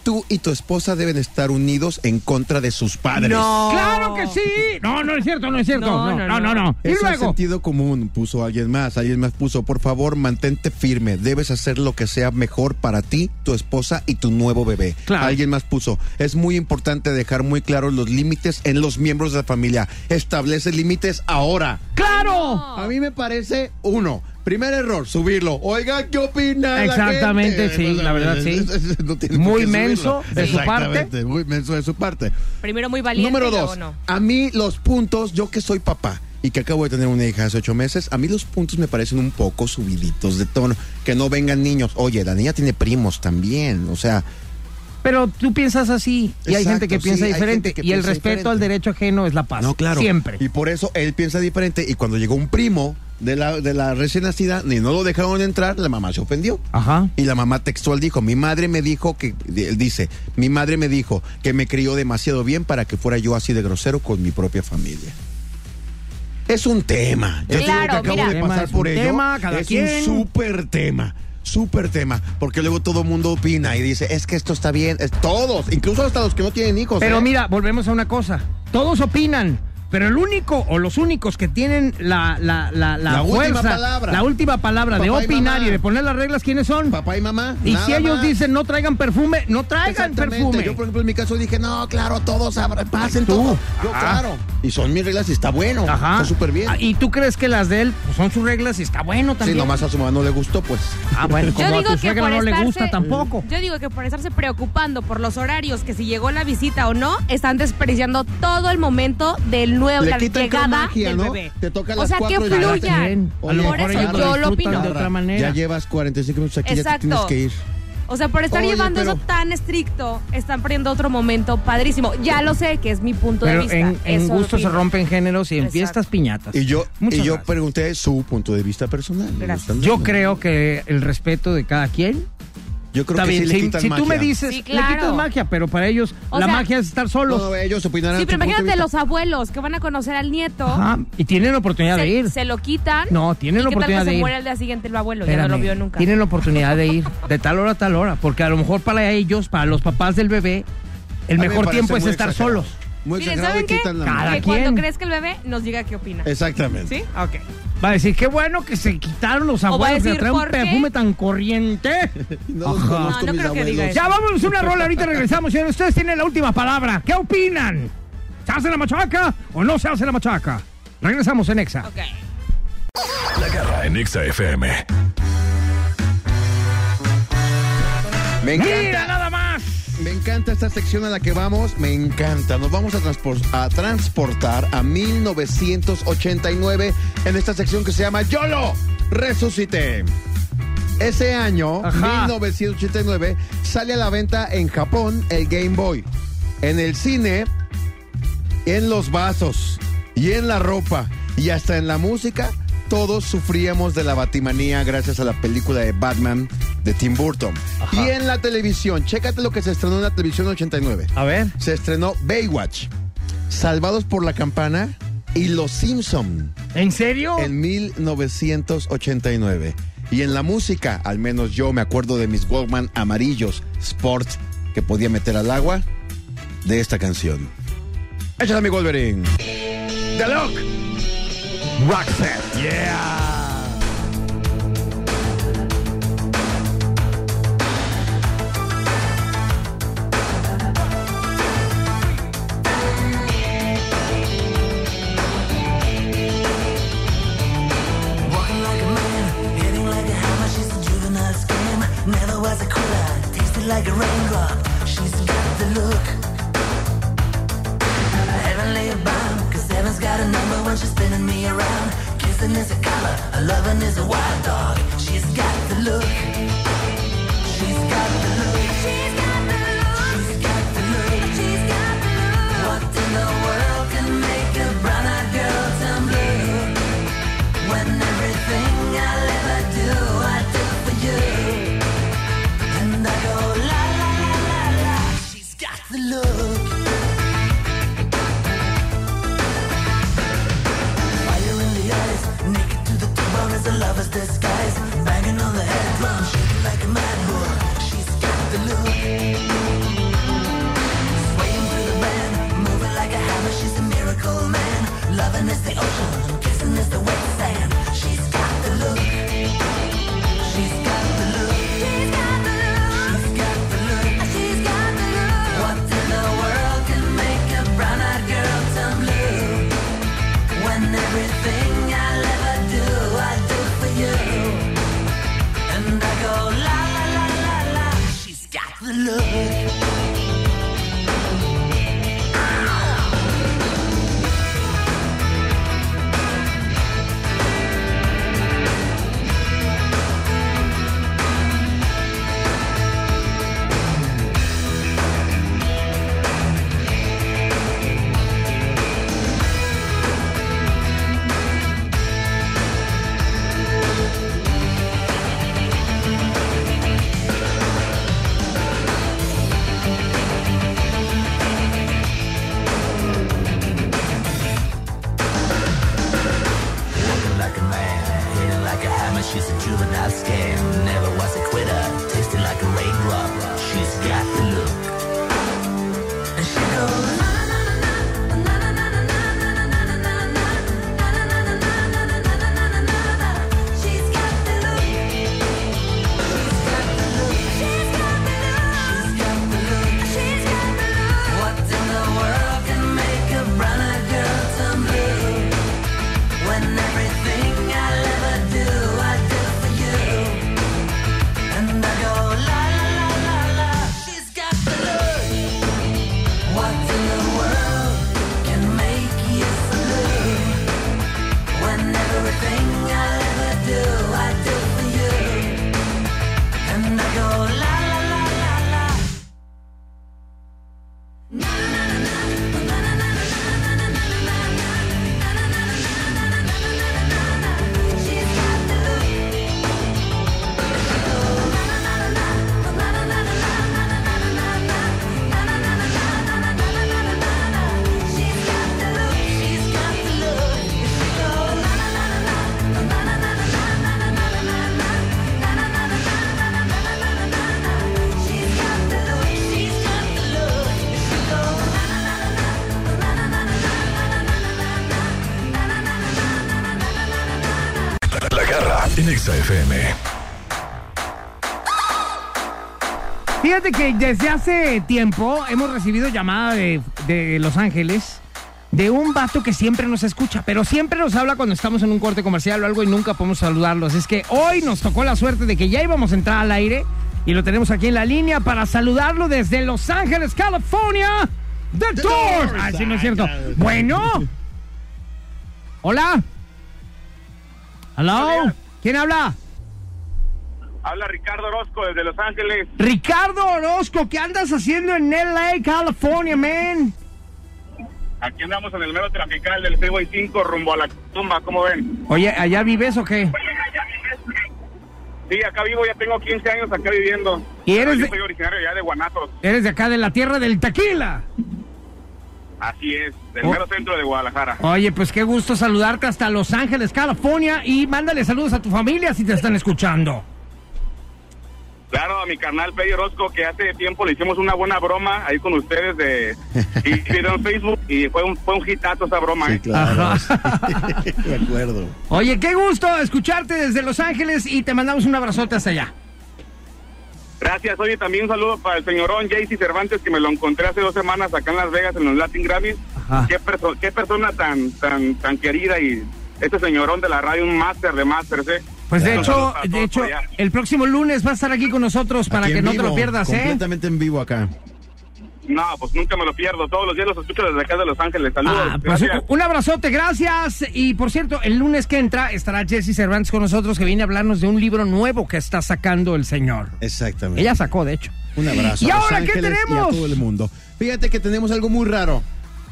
C: Tú y tu esposa deben estar unidos en contra de sus padres.
B: No.
A: ¡Claro que sí! No, no es cierto, no es cierto.
B: No,
A: No, no,
B: no,
A: no.
B: no.
A: Y
C: Eso es
A: luego.
C: sentido común, puso alguien más. Alguien más puso, por favor, mantente firme. Debes hacer lo que sea mejor para ti, tu esposa y tu nuevo bebé.
A: Claro.
C: Alguien más puso, es muy importante dejar muy claros los límites en los miembros de la familia. Establece límites ahora.
A: ¡Claro!
C: A mí me parece, uno, primer error, subirlo. Oiga, ¿qué opina
A: Exactamente,
C: la gente?
A: sí, la verdad, sí.
C: No tiene por
A: Muy
C: qué
A: menso
C: subirlo.
A: de su parte.
C: Exactamente, Muy menso de su parte.
B: Primero muy valiente.
C: Número
B: y luego
C: dos,
B: no.
C: a mí los puntos, yo que soy papá y que acabo de tener una hija hace ocho meses, a mí los puntos me parecen un poco subiditos de tono. Que no vengan niños. Oye, la niña tiene primos también, o sea,
A: Pero tú piensas así y hay
C: Exacto,
A: gente que
C: sí,
A: piensa
C: hay
A: diferente.
C: gente que
A: y el
C: piensa
A: respeto al
C: diferente.
A: derecho ajeno es la paz.
C: no, claro.
A: Siempre.
C: Y por eso él piensa diferente y cuando llegó un primo de la, de la recién nacida, ni no lo dejaron entrar, la mamá se ofendió.
A: Ajá.
C: Y la mamá textual dijo, mi madre me dijo que, él dice, mi madre me dijo que me crió demasiado bien para que fuera yo así de grosero con mi propia familia. Es un tema. Yo te digo
B: Claro,
C: que acabo
B: mira.
C: de
A: Tema
C: pasar
A: es un
C: por ello.
A: tema, cada
C: es
A: quien.
C: un súper tema. Súper tema. Porque luego todo mundo opina y dice, es que esto está bien. Es- todos, incluso hasta los que no tienen hijos.
A: Pero
C: ¿eh?
A: mira, volvemos a una cosa. Todos opinan, pero el único o los únicos que tienen la, la, la, la
C: La última
A: fuerza,
C: palabra.
A: la última palabra de
C: Papá y
A: opinar y,
C: mamá.
A: de poner las reglas, ¿quiénes son?
C: Papá y mamá.
A: y
C: nada
A: si ellos
C: más.
A: dicen no traigan perfume, no traigan
C: Exactamente.
A: perfume.
C: Yo, por ejemplo, en mi caso dije, no, claro, todos abra- pasen todo. Yo, claro. Y son mis reglas y está bueno.
A: Ajá.
C: Está súper bien.
A: Ah, Y tú crees que las de él pues, son sus reglas y está bueno
C: Sí,
A: también.
C: nomás a su mamá no le gustó, pues.
A: Ah,
B: *laughs*
A: bueno, como
B: digo
A: a tu
B: que
A: suegra
B: por
A: no le
B: estarse-
A: gusta tampoco.
B: Yo digo que por estarse preocupando por los horarios, que si llegó la visita o no, están desperdiciando todo el momento del nuevo,
C: Le
B: la
C: quitan
B: llegada
C: cromagia,
B: del
C: ¿no?
B: bebé.
C: Te toca a
B: o
C: las
B: sea, que
C: cuatro y llegaste
B: fluyan.
A: bien.
C: A lo
B: Por
C: mejor
B: eso
C: ellos lo
B: yo lo
A: disfrutan
B: opino.
A: de otra manera.
C: Ya llevas 45 minutos aquí, ya te tienes
B: Exacto.
C: que ir.
B: O sea, por estar
C: Oye,
B: llevando
C: pero-
B: eso tan estricto, están poniendo otro momento padrísimo. Ya lo sé que es mi punto de
A: Pero
B: vista.
A: en, en
B: Eso
A: gusto se
B: opino.
A: rompen géneros y en
B: Exacto.
A: fiestas piñatas.
C: Y yo,
A: Muchas
C: y yo
A: gracias.
C: pregunté su punto de vista personal. Me
B: Gracias.
C: gustan
A: Yo
C: mucho.
A: creo que el respeto de cada quien.
C: Yo creo
A: Está
C: que
A: bien,
C: sí le
A: si,
C: quitan
A: si tú me
C: magia.
A: dices,
B: Sí, claro.
A: le quitas magia, pero para ellos
B: O
A: la
B: sea-
A: magia es estar solos.
C: No, ellos opinarán.
B: Sí, pero
C: su punto de
B: imagínate los
C: vista.
B: abuelos que van a conocer al nieto.
A: Ajá, y tienen la oportunidad de
B: Se,
A: ir.
B: se lo quitan.
A: No, tienen
B: ¿Y
A: la
B: qué tal
A: oportunidad
B: que
A: de
B: se
A: ir.
B: muere al día siguiente el abuelo? ya no lo
A: Espérame,
B: vio nunca.
A: Tienen la oportunidad de ir de tal hora a tal hora, porque a lo mejor para ellos, para los papás del bebé, el
C: A mí me
A: mejor
C: parece
A: tiempo es
C: muy
A: estar
C: exagerado.
A: solos.
C: Muy
B: Miren,
C: exagerado
B: ¿saben
C: y
B: qué?
C: quitan la
A: Cada
C: magia.
B: que cuando
A: quien.
B: crezca el bebé nos diga qué opina.
C: Exactamente.
B: ¿Sí? Ok.
A: Va a decir, qué bueno que se quitaron los
B: va a
A: abuelos, que
B: decir,
A: traen un
B: ¿por qué?
A: perfume tan
B: *laughs*
A: corriente.
C: No,
A: Ajá.
B: No,
C: conozco
B: no
C: mis
B: creo que diga
C: abuelos.
B: eso.
A: Ya vámonos una rola, ahorita regresamos, señores. Ustedes tienen la última palabra. ¿Qué opinan? ¿Se hace la machaca o no se hace la machaca? Regresamos en Exa.
B: Ok.
E: La garra en Exa FM.
C: Me
A: Mira
C: encanta,
A: nada más.
C: me encanta esta sección a la que vamos. Me encanta. Nos vamos a, transpor- a transportar a 1989 en esta sección que se llama YOLO Resucité. Ese año,
A: Ajá.
C: 1989, sale a la venta en Japón el Game Boy. En el cine, en los vasos y en la ropa y hasta en la música, todos sufríamos de la batimanía gracias a la película de Batman de Tim Burton. Y en la televisión, chécate lo que se estrenó en la televisión en 89.
A: A ver.
C: Se estrenó Baywatch, Salvados por la Campana y Los Simpson
A: ¿En serio?
C: en 1989. Y en la música, al menos yo me acuerdo de mis Walkman amarillos Sports que podía meter al agua de esta canción. Échale mi Wolverine. The Lock. Roxette. Yeah.
F: Walking like a man, hitting like a hammer, she's a juvenile scam. Never was a quitter, tasted like a raindrop. She's got the look. Heavenly bound, cause heaven's got a number when she's spinning me around. Kissing is a color, her loving is a wild dog. She's got the look. She's got the look. She's got the look. She's got the look. She's got the look. What in the world can make a brown-eyed girl turn blue? When everything I'll ever do, I do for you. And I go la la la la la. She's got the look. Fire in the eyes, naked to the bone is a lover's disguise. Banging on the head drum, shaking like a mad bull. She's got the look. Swaying through the band, moving like a hammer, she's a miracle man. Loving is the ocean, kissing is the wet sand. She's got the look. She's got the look. She's got the look. She's got the look. She's got the look. What in the world can make a brown-eyed girl turn blue? When everything I'll ever do, I do for you. mama, she's a juvenile scam. Never was a quitter, tasting like a raindrop. She's got the look. And she goes. What in the world can make a brother girl turn blue? When everything I'll ever do, I do for you. And I go la la la la la. She's got the look. What in the world can make you so blue? When everything I'll ever do, I do for you. And I go la la la la la.
E: La garra en Exa FM.
A: Fíjate que desde hace tiempo hemos recibido llamada de, de Los Ángeles de un vato que siempre nos escucha, pero siempre nos habla cuando estamos en un corte comercial o algo y nunca podemos saludarlos. Es que hoy nos tocó la suerte de que ya íbamos a entrar al aire y lo tenemos aquí en la línea para saludarlo desde Los Ángeles, California. The Doors. Ah, sí, no es cierto. Bueno. *laughs* Hola. Hello. ¿Quién habla?
G: Habla Ricardo Orozco desde Los Ángeles.
A: Ricardo Orozco, ¿qué andas haciendo en LA, California, man?
G: Aquí andamos en el mero trafical del Freeway 5 rumbo a la tumba, ¿cómo ven?
A: Oye, ¿allá vives o qué?
G: Sí, acá vivo, ya tengo 15 años acá viviendo.
A: ¿Y eres
G: Yo
A: de-
G: soy originario ya de Guanatos.
A: Eres de acá, de la tierra del tequila.
G: Así es, del
A: Oh.
G: mero centro de Guadalajara.
A: Oye, pues qué gusto saludarte hasta Los Ángeles, California. Y mándale saludos a tu familia si te están escuchando.
G: Claro, a mi carnal Pedro Orozco, que hace tiempo le hicimos una buena broma ahí con ustedes de *laughs* hicieron Facebook y fue un, fue un hitazo esa broma.
C: Sí,
G: ¿eh?
C: claro.
A: Ajá.
C: *laughs* De acuerdo.
A: Oye, qué gusto escucharte desde Los Ángeles y te mandamos un abrazote hasta allá.
G: Gracias, oye, también un saludo para el señorón Jaycee Cervantes, que me lo encontré hace dos semanas acá en Las Vegas en los Latin Grammys.
A: Ajá.
G: Qué, perso- qué persona tan, tan, tan querida y este señorón de la radio, un máster de másters, ¿eh?
A: Pues de
G: Un saludo
A: hecho,
G: para
A: de
G: todos
A: hecho,
G: por allá.
A: el próximo lunes va a estar aquí con nosotros para
C: Aquí
A: que
C: en
A: no te lo
C: vivo,
A: pierdas, ¿eh?
C: Completamente en vivo acá.
G: No, pues nunca me lo pierdo. Todos los días los escucho desde acá de Los Ángeles. Saludos.
A: Ah, pues
G: gracias.
A: un abrazote, gracias. Y por cierto, el lunes que entra estará Jesse Cervantes con nosotros que viene a hablarnos de un libro nuevo que está sacando el señor.
C: Exactamente.
A: Ella sacó, de hecho.
C: Un abrazo.
A: ¿Y
C: a Los
A: ahora qué
C: Ángeles y a
A: tenemos?
C: todo el mundo. Fíjate que tenemos algo muy raro.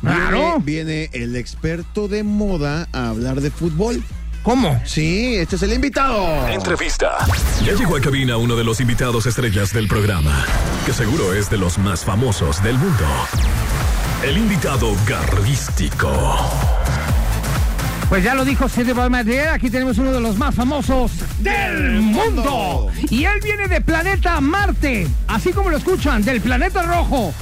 A: ¿Raro?
C: Viene, viene el experto de moda a hablar de fútbol.
A: ¿Cómo?
C: Sí, este es el invitado.
E: Entrevista. Ya llegó a cabina uno de los invitados estrellas del programa, que seguro es de los más famosos del mundo. El invitado garrístico.
A: Pues ya lo dijo Sede Madera, aquí tenemos uno de los más famosos del mundo. Y él viene de planeta Marte, así como lo escuchan, del planeta rojo.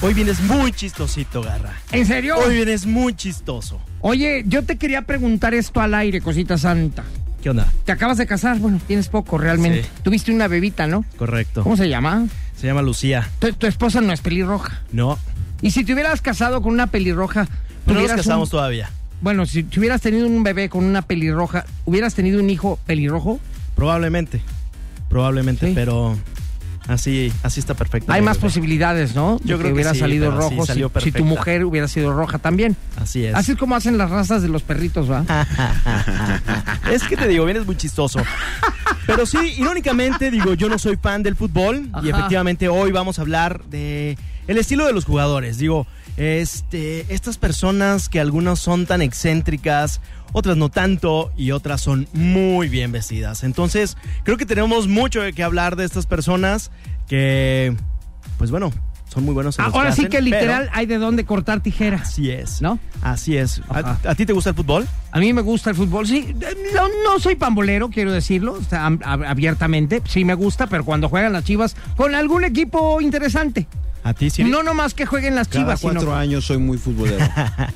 H: Hoy vienes muy chistosito, Garra.
A: ¿En serio?
H: Hoy vienes muy chistoso.
A: Oye, yo te quería preguntar esto al aire, cosita santa.
H: ¿Qué onda?
A: Te acabas de casar, bueno, tienes poco realmente.
H: Sí.
A: Tuviste una bebita, ¿no?
H: Correcto.
A: ¿Cómo se llama?
H: Se llama Lucía.
A: Tu, tu esposa no es pelirroja.
H: No,
A: Y si te hubieras casado con una pelirroja,
H: no nos
A: tuvieras un-
H: casamos todavía.
A: Bueno, si te hubieras tenido un bebé con una pelirroja, ¿hubieras tenido un hijo pelirrojo?
H: Probablemente. Probablemente,
A: Sí.
H: pero así, así está perfecto.
A: Hay
H: mi
A: más
H: bebé.
A: posibilidades, ¿no? De
H: Yo creo que
A: hubiera
H: sí,
A: salido
H: pero sí,
A: rojo si-
H: salió
A: si, tu
H: perfecta.
A: mujer hubiera sido roja también.
H: Así es.
A: Así es como hacen las razas de los perritos, ¿va?
H: Ah, Es que te digo, vienes muy chistoso. Pero sí, irónicamente, digo, yo no soy fan del fútbol y
A: Ajá.
H: efectivamente hoy vamos a hablar de el estilo de los jugadores. Digo, este, estas personas que algunas son tan excéntricas, otras no tanto y otras son muy bien vestidas. Entonces, creo que tenemos mucho que hablar de estas personas que, pues bueno, son muy buenos en lo
A: Ah, Ahora sí
H: hacen,
A: que literal
H: pero
A: hay de dónde cortar tijeras.
H: Así es. Ah,
A: ¿No?
H: Así es. ¿A,
A: Ajá.
H: a ti te gusta el fútbol?
A: A mí me gusta el fútbol, sí. eh, No, no soy pambolero, quiero decirlo, o sea, ab- ab- abiertamente. Sí me gusta, pero cuando juegan las chivas con algún equipo interesante.
H: A ti sí.
A: No nomás que jueguen las
C: Cada
A: chivas, sino.
C: cuatro años soy muy
A: *laughs*
C: futbolero.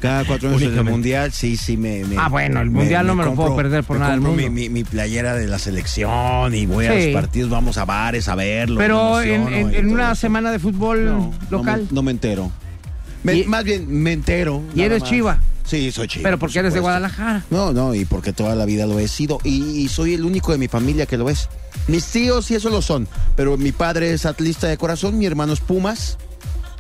C: Cada cuatro años en el
H: Únicamente.
C: mundial, sí, sí me. me-
A: Ah, bueno, el Mundial no me lo puedo perder por nada del
C: compro
A: mundo.
C: Mi, mi- mi playera de la selección y voy a
A: Sí.
C: los partidos, vamos a bares a verlo.
A: Pero en, en- en una
C: semana
A: semana de fútbol local.
C: No me, no me entero. Me-
A: Y-
C: más bien, me entero.
A: ¿Y
C: nada
A: eres
C: más.
A: chiva?
C: Sí, soy chiva.
A: pero porque eres de
C: supuesto.
A: Guadalajara.
C: No, no, y porque toda la vida lo he sido. Y, y soy el único de mi familia que lo es. Mis tíos y eso lo son. Pero mi padre es atlista de corazón, mi hermano es Pumas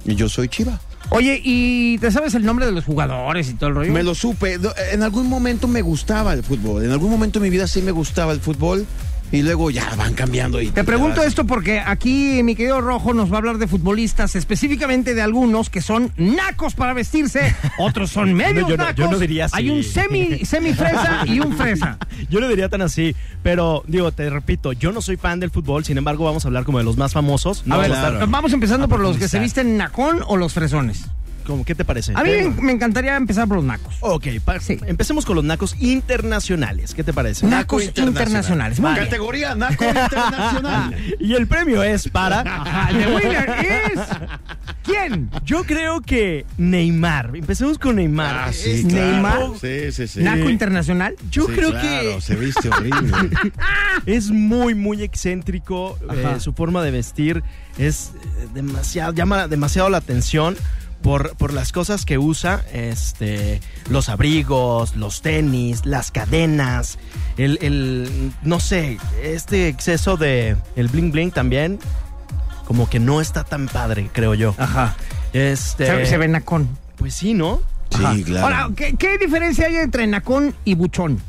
C: y yo soy chiva.
A: Oye, ¿y te sabes el nombre de los jugadores y todo el rollo?
C: Me lo supe. No, En algún momento me gustaba el fútbol. En algún momento de mi vida sí me gustaba el fútbol. Y luego ya van cambiando. Y
A: Te pregunto
C: vas-
A: esto porque aquí mi querido Rojo nos va a hablar de futbolistas, específicamente de algunos que son nacos para vestirse, otros son medios
H: yo no-
A: nacos.
H: yo no diría así.
A: Hay un semi, semi fresa y un fresa.
H: Yo no diría tan así, pero digo, te repito, yo no soy fan del fútbol, sin embargo, vamos a hablar como de los más famosos.
A: A
H: No,
A: ver, pues,
H: claro.
A: vamos empezando
H: A
A: por los que se
H: profundizar.
A: visten nacón o los fresones.
H: ¿Cómo, ¿Qué te parece?
A: A mí me, me encantaría empezar por los nacos.
H: Ok, pa-
A: Sí.
H: empecemos con los nacos internacionales. ¿Qué te parece?
A: Nacos internacionales. Muy bien.
C: Categoría Naco Internacional.
H: Y el premio es para.
A: *laughs* Ajá, el de winner is ¿Quién?
H: Yo creo que Neymar. Empecemos con
A: Ah,
H: Neymar. Es
A: Neymar.
C: Sí, sí, sí.
A: ¿Naco internacional?
H: Yo
C: Sí,
H: creo
C: claro,
H: que
C: se viste horrible.
H: es muy, muy excéntrico. eh, su forma de vestir es eh, demasiado, llama demasiado la atención por, por las cosas que usa. Este, los abrigos, los tenis, las cadenas, el, el, no sé, este exceso de el bling bling también, como que no está tan padre, creo yo.
A: Ajá.
H: Este,
A: Ah. Se, se ve nacón.
H: Pues sí, ¿no?
C: Sí, claro.
A: Ahora, ¿qué, qué diferencia hay entre nacón y buchón?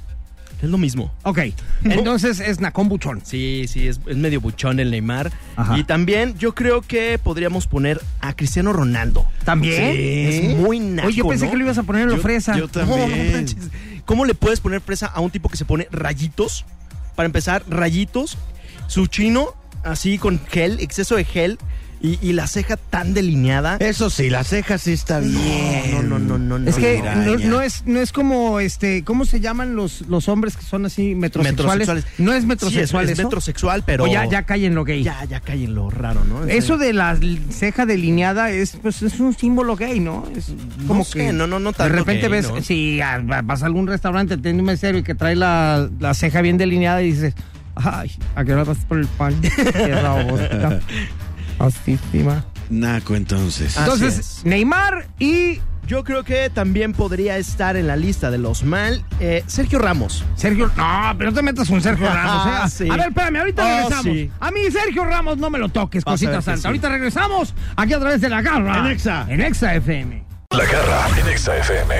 H: Es lo mismo.
A: Ok, entonces es nacón buchón.
H: Sí, sí, es, es medio buchón el Neymar.
A: Ajá.
H: Y también yo creo que podríamos poner a Cristiano Ronaldo.
A: ¿También? ¿Eh?
H: Sí, es muy naco,
A: Oye, yo pensé
H: ¿no?
A: que lo ibas a poner en lo
H: Yo-
A: fresa. *laughs*
C: yo también.
H: No, no manches. ¿Cómo le puedes poner fresa a un tipo que se pone rayitos? Para empezar, rayitos, su chino así con gel, exceso de gel y, y la ceja tan delineada.
C: Eso sí, la ceja sí está bien.
H: no, no, no, no, no.
A: es que
C: piraña.
A: no, no es, no es como, este, ¿cómo se llaman los, los hombres que son así metrosexuales? No es metrosexual
H: Sí, es, es
A: eso.
H: metrosexual, pero...
A: O ya, ya caen lo gay.
H: ya, ya cae en lo raro, ¿no? En
A: Eso
H: serio.
A: de la ceja delineada es, pues, es un símbolo gay, ¿no? Es como
H: sé,
A: que
H: no, no, no tanto
A: De repente
H: gay,
A: ves,
H: ¿no?
A: si ah, vas a algún restaurante, tienes un mesero y que trae la, la ceja bien delineada y dices, ay, ¿a qué hora vas por
H: *laughs*
A: el pan? Qué robota. Hostísima.
C: Naco entonces.
H: Ah. Así
A: Entonces,
H: es.
A: Neymar y
H: Yo creo que también podría estar en la lista de los mal eh, Sergio Ramos.
A: Sergio. No, pero no te metas
H: *laughs*
A: un Sergio Ramos. ¿eh?
H: Ah, Sí.
A: A ver, espérame, ahorita
H: Oh,
A: regresamos.
H: sí.
A: A mí, Sergio Ramos, no me lo toques,
H: Vas a ver
A: cosita
H: que
A: santa.
H: sí.
A: Ahorita regresamos aquí a través de la garra.
C: En Exa.
A: En Exa FM.
E: La garra en Exa FM.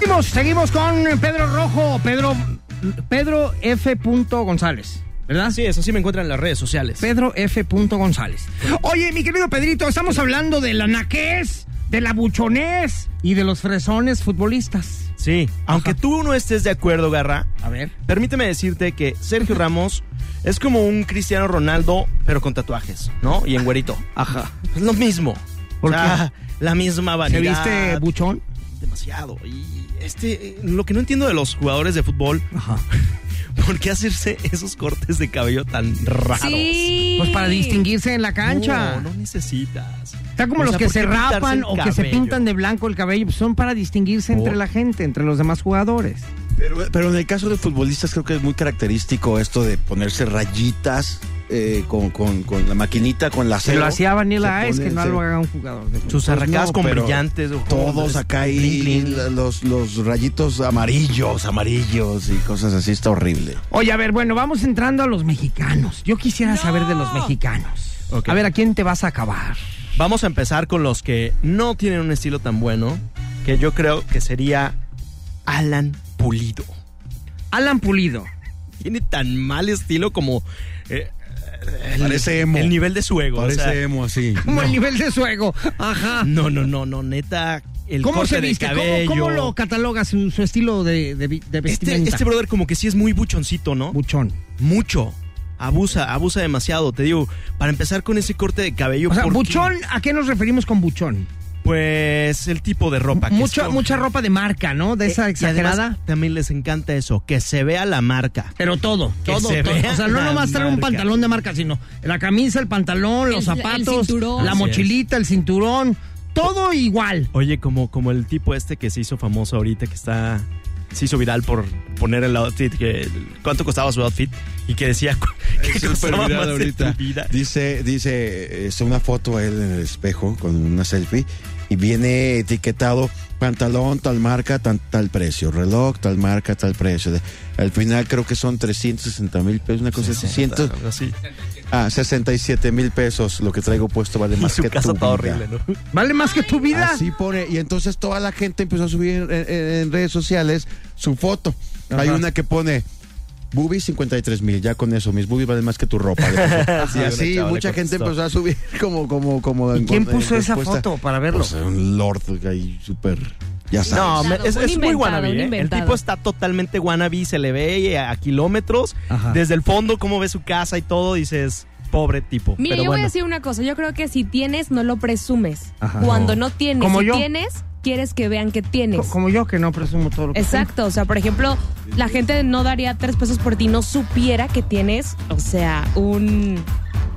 A: Seguimos, seguimos con Pedro Rojo, Pedro, Pedro F. González. ¿Verdad?
H: Sí, eso sí me encuentran en las redes sociales.
A: Pedro F. González. Oye, mi querido Pedrito, estamos hablando de la naquez, de la buchonés y de los fresones futbolistas.
H: Sí, aunque tú no estés de acuerdo, Garra,
A: A ver.
H: permíteme decirte que Sergio Ramos es como un Cristiano Ronaldo, pero con tatuajes, ¿no? Y en güerito.
A: Ajá.
H: Es lo mismo.
A: ¿Por
H: La misma
A: ¿Se
H: vanidad.
A: viste buchón?
H: demasiado. Y este, eh, lo que no entiendo de los jugadores de fútbol,
A: Ajá.
H: *laughs* ¿por qué hacerse esos cortes de cabello tan raros?
B: Sí.
A: Pues para distinguirse en la cancha.
H: No, no necesitas.
A: Está como
H: O
A: los
H: sea,
A: que
H: ¿por qué
A: se
H: pintarse
A: rapan
H: el
A: o que se
H: cabello?
A: pintan de blanco el cabello. pues Son para distinguirse entre
H: Oh.
A: la gente, entre los demás jugadores.
C: Pero, pero en el caso de futbolistas creo que es muy característico esto de ponerse rayitas eh, con, con- con la maquinita, con la
A: Se
C: cero.
A: lo hacía Vanilla
C: Se
A: Ice, que
C: ponen
A: no lo
C: cero.
A: haga un jugador. de fútbol.
H: Sus arracadas
C: No,
H: con
C: pero
H: brillantes. ojo,
C: Todos
H: es-
C: acá ahí,
H: bling, bling.
C: la- los, los rayitos amarillos, amarillos y cosas así, está horrible.
A: Oye, a ver, bueno, vamos entrando a los mexicanos. Yo quisiera
B: No.
A: saber de los mexicanos.
H: Ok.
A: A ver, ¿a quién te vas a acabar?
H: Vamos a empezar con los que no tienen un estilo tan bueno, que yo creo que sería Alan Pulido.
A: Alan Pulido.
H: Tiene tan mal estilo como eh, el,
C: Parece emo.
H: el nivel de su ego. o sea,
C: así.
A: Como el nivel de su ego. Ajá.
H: no, no, no, no, neta. El
A: ¿Cómo
H: corte
A: se
H: de
A: viste? ¿Cómo-
H: cabello.
A: ¿Cómo, lo cataloga su, su estilo de, de, vi- de
H: este,
A: vestimenta?
H: este brother como que sí es muy buchoncito, ¿no?
A: Buchón.
H: Mucho. abusa, abusa demasiado. Te digo, para empezar con ese corte de cabello.
A: O sea,
H: ¿por qué?
A: buchón, ¿a qué nos referimos con buchón?
H: Pues el tipo de ropa. que
A: Mucha,
H: escoge.
A: mucha ropa de marca, ¿no? De
H: Eh,
A: esa
H: y
A: exagerada.
H: además, también les encanta eso, que se vea la marca.
A: pero todo,
H: Que
A: todo,
H: se
A: todo.
H: vea
A: O sea, no
H: la
A: nomás traer un
H: marca.
A: pantalón de marca, sino la camisa, el pantalón, los
I: El- el
A: zapatos,
I: cinturón.
A: la
H: Así
A: mochilita, el cinturón, todo igual.
H: Oye, como, como el tipo este que se hizo famoso ahorita, que está. Se hizo viral por poner el outfit. Que, ¿Cuánto costaba su outfit? Y que decía.
C: *laughs*
H: cu- *laughs* Que
J: súper
H: costaba
J: viral
H: más de tu
J: ahorita.
H: vida.
C: Dice, dice, es una foto él en el espejo con una selfie y viene etiquetado pantalón, tal marca, tan- tal precio, reloj, tal marca, tal precio. De- Al final creo que son 360 mil pesos, una cosa así, 100,
H: Algo así.
C: ah, 67 mil pesos, lo que traigo puesto vale
H: *laughs* Y
C: más
H: su
C: que
H: casa
C: tu
H: está
C: vida.
H: horrible, ¿no?
A: ¿Vale más que tu vida?
C: Así pone, y entonces toda la gente empezó a subir en, en- en redes sociales su foto. Hay una que pone... Boobies 53 mil, ya con eso, mis boobies valen más que tu *laughs* ropa. le puso.
H: Sí,
C: y
H: una
C: así
H: chava le
C: mucha gente
H: contestó.
C: empezó a subir *laughs* como, como, como.
A: ¿Y quién
C: en- en
A: puso esa
C: pues, eh, respuesta.
A: foto para verlo?
C: Pues, un lord ahí súper. Ya
H: No,
C: sabes.
H: me- es,
B: un
H: es muy
B: inventado,
H: wannabe.
B: un
H: ¿eh? El
B: inventado.
H: tipo está totalmente wannabe, se le ve a, a kilómetros.
A: Ajá.
H: Desde el fondo, cómo ve su casa y todo, dices, pobre tipo.
B: Mira,
H: Pero
B: yo voy a
H: bueno.
B: decir una cosa. Yo creo que si tienes, no lo presumes.
A: Ajá.
B: Cuando no tienes,
A: Como
B: si
A: yo.
B: tienes, quieres que vean que
A: Co-
B: tienes.
A: Como yo que no presumo todo lo que
B: Exacto, o sea, por ejemplo, la gente no daría tres pesos por ti, no supiera que tienes, o sea, un...
A: tengo.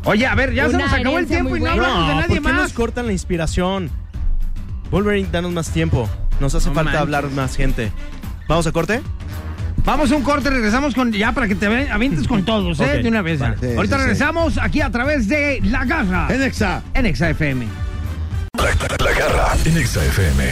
A: Oye, a ver, ya se
B: Una
A: nos acabó el
B: herencia
A: tiempo
B: muy
A: y no
B: buena.
A: hablamos de
H: No, ¿por
A: nadie
H: qué nos
A: más.
H: cortan la inspiración? Wolverine, danos más tiempo. Nos hace
A: No
H: falta
A: manches.
H: hablar más gente. ¿Vamos a corte?
A: Vamos a un corte, regresamos con ya para que te ve- avientes con todos, ¿eh?
H: Ok,
A: De una vez. ya.
H: vale.
C: Sí,
A: Ahorita
C: sí, sí.
A: regresamos aquí a través de La Garra
C: En Exa.
A: en Exa FM.
E: La garra en Exa FM.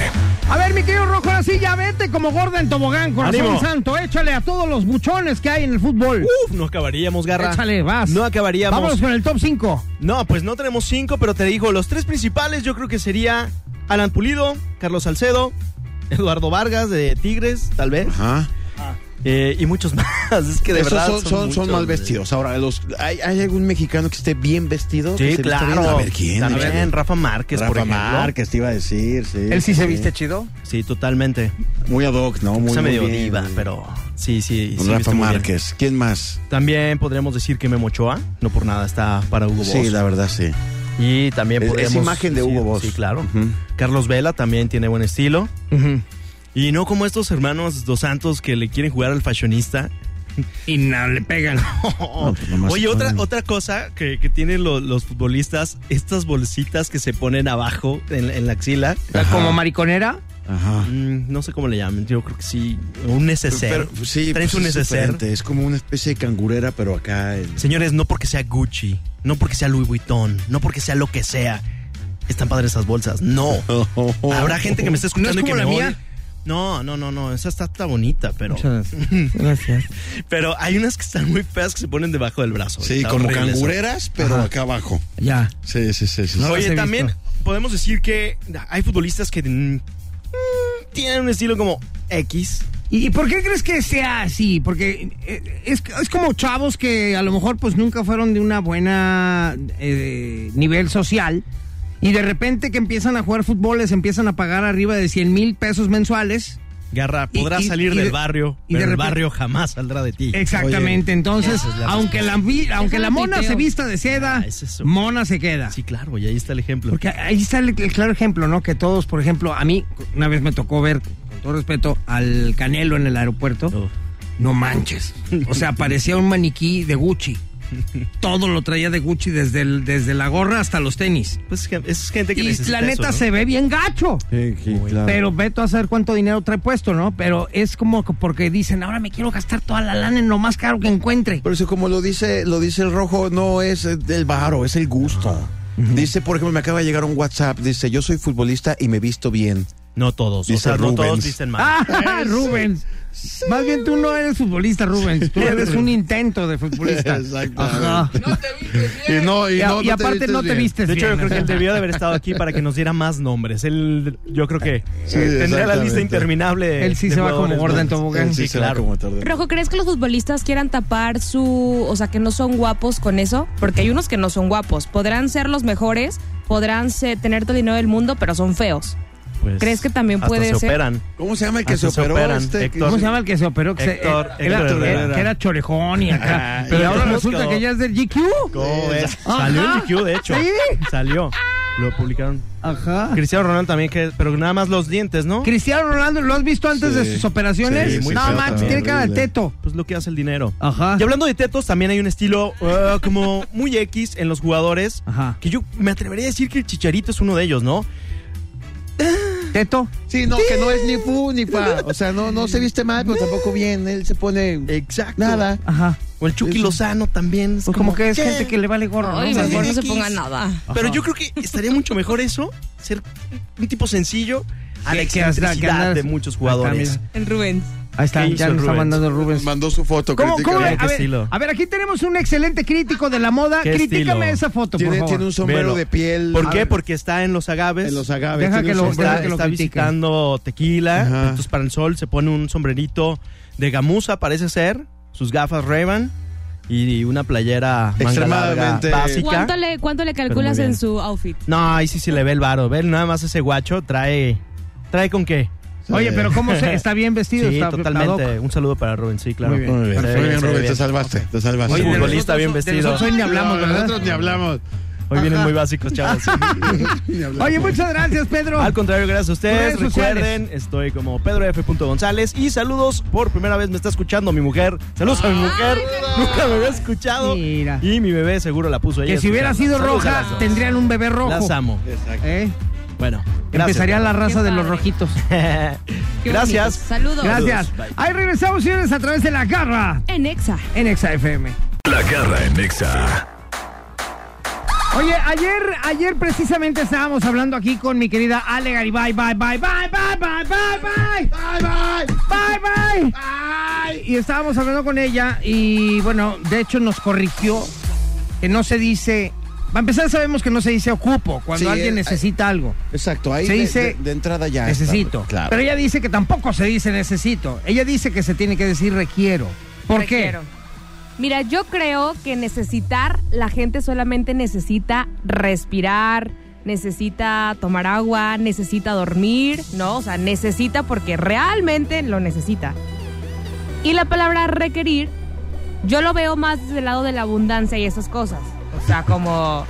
A: A ver, mi querido Rojo, ahora sí ya vete como gorda en tobogán, corazón
H: Ánimo.
A: santo. Échale a todos los buchones que hay en el fútbol.
H: Uf, no acabaríamos, Garra.
A: Échale, vas.
H: No acabaríamos.
A: Vámonos con el top 5.
H: No, pues no tenemos cinco, pero te digo, los tres principales yo creo que sería Alan Pulido, Carlos Salcedo, Eduardo Vargas de Tigres, tal vez,
C: Ajá.
H: eh, y muchos *laughs* más. Es que de
C: Esos
H: verdad
C: son, son, son
H: muchos,
C: mal
H: güey.
C: vestidos. Ahora, los, ¿hay, ¿hay algún mexicano que esté bien vestido?
H: Sí,
C: ¿Que se vista bien?
H: claro.
C: A ver, ¿quién?
H: También Rafa Márquez, por
C: Rafa
H: ejemplo.
C: Márquez te iba a decir, sí.
J: Él sí se viste chido.
H: Sí, totalmente.
C: Muy ad hoc, ¿no? Muy,
H: Esa
C: muy
H: medio
C: bien.
H: diva, pero sí, sí. sí viste
C: Rafa
H: muy bien.
C: Márquez. ¿Quién más?
H: También podríamos decir que Memo Ochoa, no por nada, está para Hugo Boss.
C: Sí, la verdad, sí.
H: Y también
C: Es- es
H: podríamos...
C: imagen de Hugo
H: sí,
C: Boss.
H: Sí, claro.
C: Ujú.
H: Carlos Vela también tiene buen estilo. Y no como estos hermanos Dos Santos que le quieren jugar al
C: *laughs*
H: fashionista.
A: Y no, le pegan.
C: pues nomás
H: Oye,
C: se
H: otra,
C: ponen-
H: otra cosa que, que tienen lo- los futbolistas, estas bolsitas que se ponen abajo en, en la axila.
A: Como mariconera.
C: Ajá.
H: Mm, no sé cómo le llaman, yo creo que sí. Un neceser.
C: Pero, sí,
H: Traes
C: pues,
H: un
C: es
H: neceser.
C: diferente, Es como una especie de cangurera, pero acá. en- *laughs*
H: Señores, no porque sea Gucci, no porque sea Louis Vuitton, no porque sea lo que sea. Están padres esas bolsas.
A: *laughs*
H: No. Habrá gente que me esté escuchando
A: ¿No es
H: y que
A: como
H: me
A: la mía?
H: odie. No, no, no, no. Esa está, está bonita, pero.
A: Gracias.
H: Pero hay unas que están muy feas que se ponen debajo del brazo.
C: Sí,
H: Está
C: como
H: horrible eso.
C: cangureras, pero acá abajo.
A: Ya.
C: Sí, sí, sí. sí.
A: No las he
H: Oye,
A: visto.
H: también podemos decir que hay futbolistas que mm, tienen un estilo como X.
A: ¿Y, y por qué crees que sea así? Porque eh, es, es como chavos que a lo mejor pues nunca fueron de una buena eh, nivel social y de repente que empiezan a jugar fútbol les empiezan a pagar arriba de 100 mil pesos mensuales.
H: Garra,
A: Y-
H: podrás
A: y-
H: salir
A: y de-
H: del barrio,
A: y
H: pero el
A: de repente-
H: barrio jamás saldrá de ti.
A: Exactamente, entonces
H: esa es la
A: aunque la, vi- aunque la
B: Déjame
A: mona
B: tuiteo.
A: se vista de seda,
H: Ah, es eso.
A: mona se queda.
H: Sí, claro, y ahí está el ejemplo.
A: Porque ahí está el, el claro ejemplo, ¿no? Que todos, por ejemplo, a mí una vez me tocó ver, con todo respeto, al Canelo en el aeropuerto.
H: Oh.
A: No manches. O sea, parecía un maniquí de Gucci. Todo lo traía de Gucci, desde, el- desde la gorra hasta los tenis.
H: Pues gen- es gente que
A: Y
H: necesita
A: la neta
H: eso, ¿no?
A: se ve bien gacho.
C: Sí, sí, claro.
A: Pero veto a saber cuánto dinero trae puesto, ¿no? Pero es como que porque dicen, ahora me quiero gastar toda la lana en lo más caro que encuentre.
C: Por eso, como lo dice, lo dice el rojo, no es eh, del varo, es el gusto. Dice, por ejemplo, me acaba de llegar un WhatsApp, dice, yo soy futbolista y me visto bien.
H: No todos, o
C: Dice
H: sea, no todos
C: Rubens.
H: dicen mal.
A: Ah, Rubens. Más bien tú no eres futbolista, Rubens. Tú eres un intento de futbolista.
C: *laughs* Exactamente.
A: Ajá.
C: Y, no,
A: Y, a- y aparte no te
C: bien.
A: vistes
H: De hecho, yo
A: bien,
H: creo que
A: o
H: él
A: sea.
H: debió de haber estado aquí para que nos diera más nombres. Él, yo creo que
C: *laughs* Sí,
H: eh, tendría la lista
C: exactamente.
H: interminable. de-
A: Él sí
H: de
A: se va como
H: jugadores,
A: gorda en
H: ¿no?
A: tobogán.
C: Sí,
H: Sí,
C: se va
H: claro.
C: como tarde.
B: Rojo, ¿crees que los futbolistas quieran tapar su, o sea, que no son guapos con eso? Porque hay unos que no son guapos. Podrán ser los mejores, podrán se- tener todo el dinero del mundo, pero son feos.
H: pues.
B: ¿Crees que también
H: hasta
B: puede
H: se
B: ser?
H: operan.
C: ¿Cómo se llama el que se
H: Hasta se
C: operó?
H: operan,
C: este?
H: Héctor.
A: ¿Cómo se llama el que se operó? Que, se-
H: Héctor-
A: eh, era,
H: Héctor Herrera. Ah,
A: era- que era chorejón y acá. Pero
H: Héctor
A: ahora
H: Herrera.
A: resulta que ya es del GQ.
H: ¿Cómo
C: eh.
H: ves?
A: Ajá.
H: Salió en GQ, de hecho.
A: Sí.
H: Salió. Lo publicaron.
A: Ajá.
H: Cristiano Ronaldo también, que, pero nada más los dientes, ¿no?
A: Cristiano Ronaldo, ¿lo has visto antes
C: Sí.
A: de sus operaciones?
C: Sí, muy
A: no,
C: feo
A: manches,
C: también,
A: tiene cara de
C: horrible.
A: teto.
H: Pues lo que hace el dinero.
A: Ajá.
H: Y hablando de tetos, también hay un estilo eh, como muy X en los jugadores.
A: Ajá.
H: Que yo me atrevería a decir que el Chicharito es uno de ellos, ¿no?
A: Teto.
C: Sí, no, que no es ni fu ni fa. O sea, no, no se viste mal, pero tampoco bien. Él se pone
H: Exacto.
C: nada.
A: Ajá.
H: O el Chucky
C: Eso.
H: Lozano también. Es
A: Pues como que es
H: ¿qué?
A: gente que le vale gorro, ¿no?
B: Ay,
A: Más
B: mejor
A: bien.
B: no se ponga nada.
H: Pero yo creo que estaría mucho mejor eso, ser un tipo sencillo a la
A: Que- que hasta- que
H: excentricidad
A: andas-
H: de muchos jugadores.
A: Acá,
B: El Rubens.
A: Ahí está,
H: ¿Qué
A: ya
H: hizo
A: nos está
H: Rubens?
A: mandando
C: Pues,
A: Rubens.
I: Mandó su foto.
A: ¿Cómo,
I: critica-
A: cómo le-
H: ¿Qué
A: a, ver,
H: estilo?
A: a ver, aquí tenemos un excelente crítico de la moda.
H: ¿Qué
A: Critícame
H: estilo?
A: esa foto, por
C: Tiene,
A: favor.
C: tiene un sombrero
H: Velo.
C: de piel.
H: ¿Por
C: A
H: qué?
C: ver,
H: Porque está en los agaves.
C: En los agaves.
A: Deja
C: tiene
A: que
C: un
A: lo-
C: sombrero.
A: deja
H: está
A: que lo
H: está
A: critiquen.
H: visitando tequila.
C: Ajá.
H: Entonces, para el sol se pone un sombrerito de gamuza, parece ser. Sus gafas Revan y una playera manga
C: Extremadamente-
H: larga, básica.
B: ¿Cuánto le, cuánto le calculas
H: bien.
B: en su outfit?
H: No, ahí sí se le ve el varo. Ve nada más ese guacho. Trae. ¿Trae con qué?
A: Oye, pero ¿cómo se, está bien vestido?
H: Sí,
A: está ad
H: totalmente.
A: hoc.
H: Un saludo para Rubén, sí, claro.
A: Muy bien.
C: Muy bien,
H: Se ve
C: muy bien,
H: se ve
C: Rubén,
H: bien.
C: te salvaste, te salvaste.
H: Oye,
C: Muy bien.
H: futbolista bien
A: de
H: vestido.
A: nosotros ni hablamos,
C: No,
A: ¿verdad?
C: Nosotros ni hablamos.
H: Hoy vienen muy básicos,
A: *laughs*
H: chavos.
C: Ni hablamos.
A: Oye, muchas gracias, Pedro.
H: Al contrario, gracias a ustedes.
A: Redes sociales.
H: Recuerden, estoy como Pedro F. González. Y saludos, por primera vez me está escuchando mi mujer. Saludos a mi mujer. Nunca me había escuchado.
A: Mira.
H: Y mi bebé seguro la puso ella.
A: Que si hubiera sido
H: escuchando. Saludos a
A: roja,
H: las dos.
A: tendrían un bebé rojo.
H: Las amo.
A: ¿Eh?
H: Bueno, gracias. *laughs*
A: Empezaría la raza
B: Qué
A: de los
B: padre.
A: rojitos.
B: Qué
H: Gracias.
B: bonito. Saludos.
A: Gracias.
H: Bye.
A: Ahí regresamos, señores, a través de la garra
B: En Exa.
A: en XFM.
E: La garra en Nexa.
A: Oye, ayer, ayer precisamente estábamos hablando aquí con mi querida Ale Garibay. Bye, bye, bye, bye, bye, bye, bye. Bye, bye. Bye, bye. Y estábamos hablando con ella y bueno, de hecho nos corrigió que no se dice... Para empezar sabemos que no se dice ocupo cuando
C: Sí,
A: alguien
C: eh,
A: necesita algo.
C: Exacto, ahí
A: Se
C: de-
A: dice-
C: de, de entrada ya. está,
A: necesito.
C: claro.
A: Pero ella dice que tampoco se dice necesito. Ella dice que se tiene que decir requiero. ¿Por
B: Requiero. Mira, yo creo que necesitar, la gente solamente necesita respirar, necesita tomar agua, necesita dormir, ¿no? O sea, necesita porque realmente lo necesita. Y la palabra requerir, yo lo veo más desde el lado de la abundancia y esas cosas. O sea, como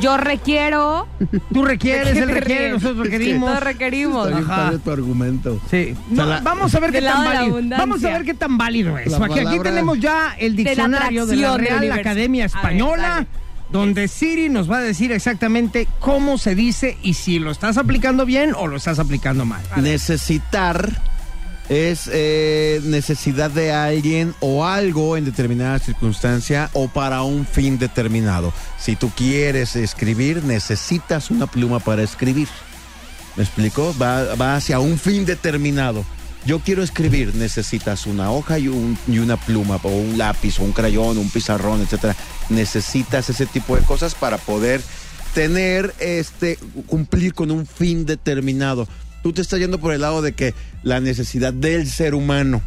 B: yo requiero,
A: qué? Tú requieres,
B: ¿De qué
A: él
B: te
A: requiere,
B: ríes?
A: nosotros requerimos.
B: todos requerimos.
A: bien Ajá. padre
C: tu argumento.
A: Sí. No,
C: O sea, la-
A: vamos a ver qué
B: Del lado
A: tan
B: de la
A: válido.
B: abundancia.
A: Vamos a ver qué tan válido es.
C: La
A: Porque aquí
C: palabra
A: tenemos ya el
B: la
A: diccionario de la,
B: atracción del
A: Real
B: universo.
A: Academia
B: A ver,
A: Española,
B: dale.
A: donde Siri nos va a decir exactamente cómo se dice y si lo estás aplicando bien o lo estás aplicando mal.
C: Necesitar es eh, necesidad de alguien o algo en determinada circunstancia o para un fin determinado. Si tú quieres escribir, necesitas una pluma para escribir. ¿Me explico? Va, va hacia un fin determinado. Yo quiero escribir, necesitas una hoja y, un- y una pluma, o un lápiz, o un crayón, un pizarrón, etcétera. Necesitas ese tipo de cosas para poder tener, este, cumplir con un fin determinado. Tú te estás yendo por el lado de que la necesidad del ser humano,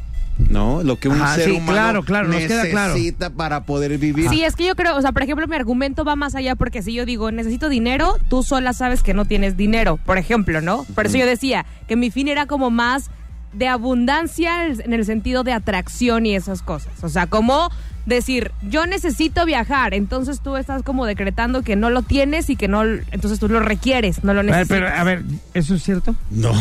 C: ¿no? Lo que un
A: Ajá,
C: ser
A: sí,
C: humano
A: claro, claro, nos queda claro.
C: necesita para poder vivir.
B: Sí, es que yo creo, o sea, por ejemplo, mi argumento va más allá porque si yo digo necesito dinero, tú sola sabes que no tienes dinero, por ejemplo, ¿no? Por eso yo decía que mi fin era como más de abundancia en el sentido de atracción y esas cosas. O sea, como decir, yo necesito viajar, entonces tú estás como decretando que no lo tienes y que no, entonces tú lo requieres, no lo
A: A ver,
B: necesitas.
A: pero a ver, ¿eso es cierto?
C: No.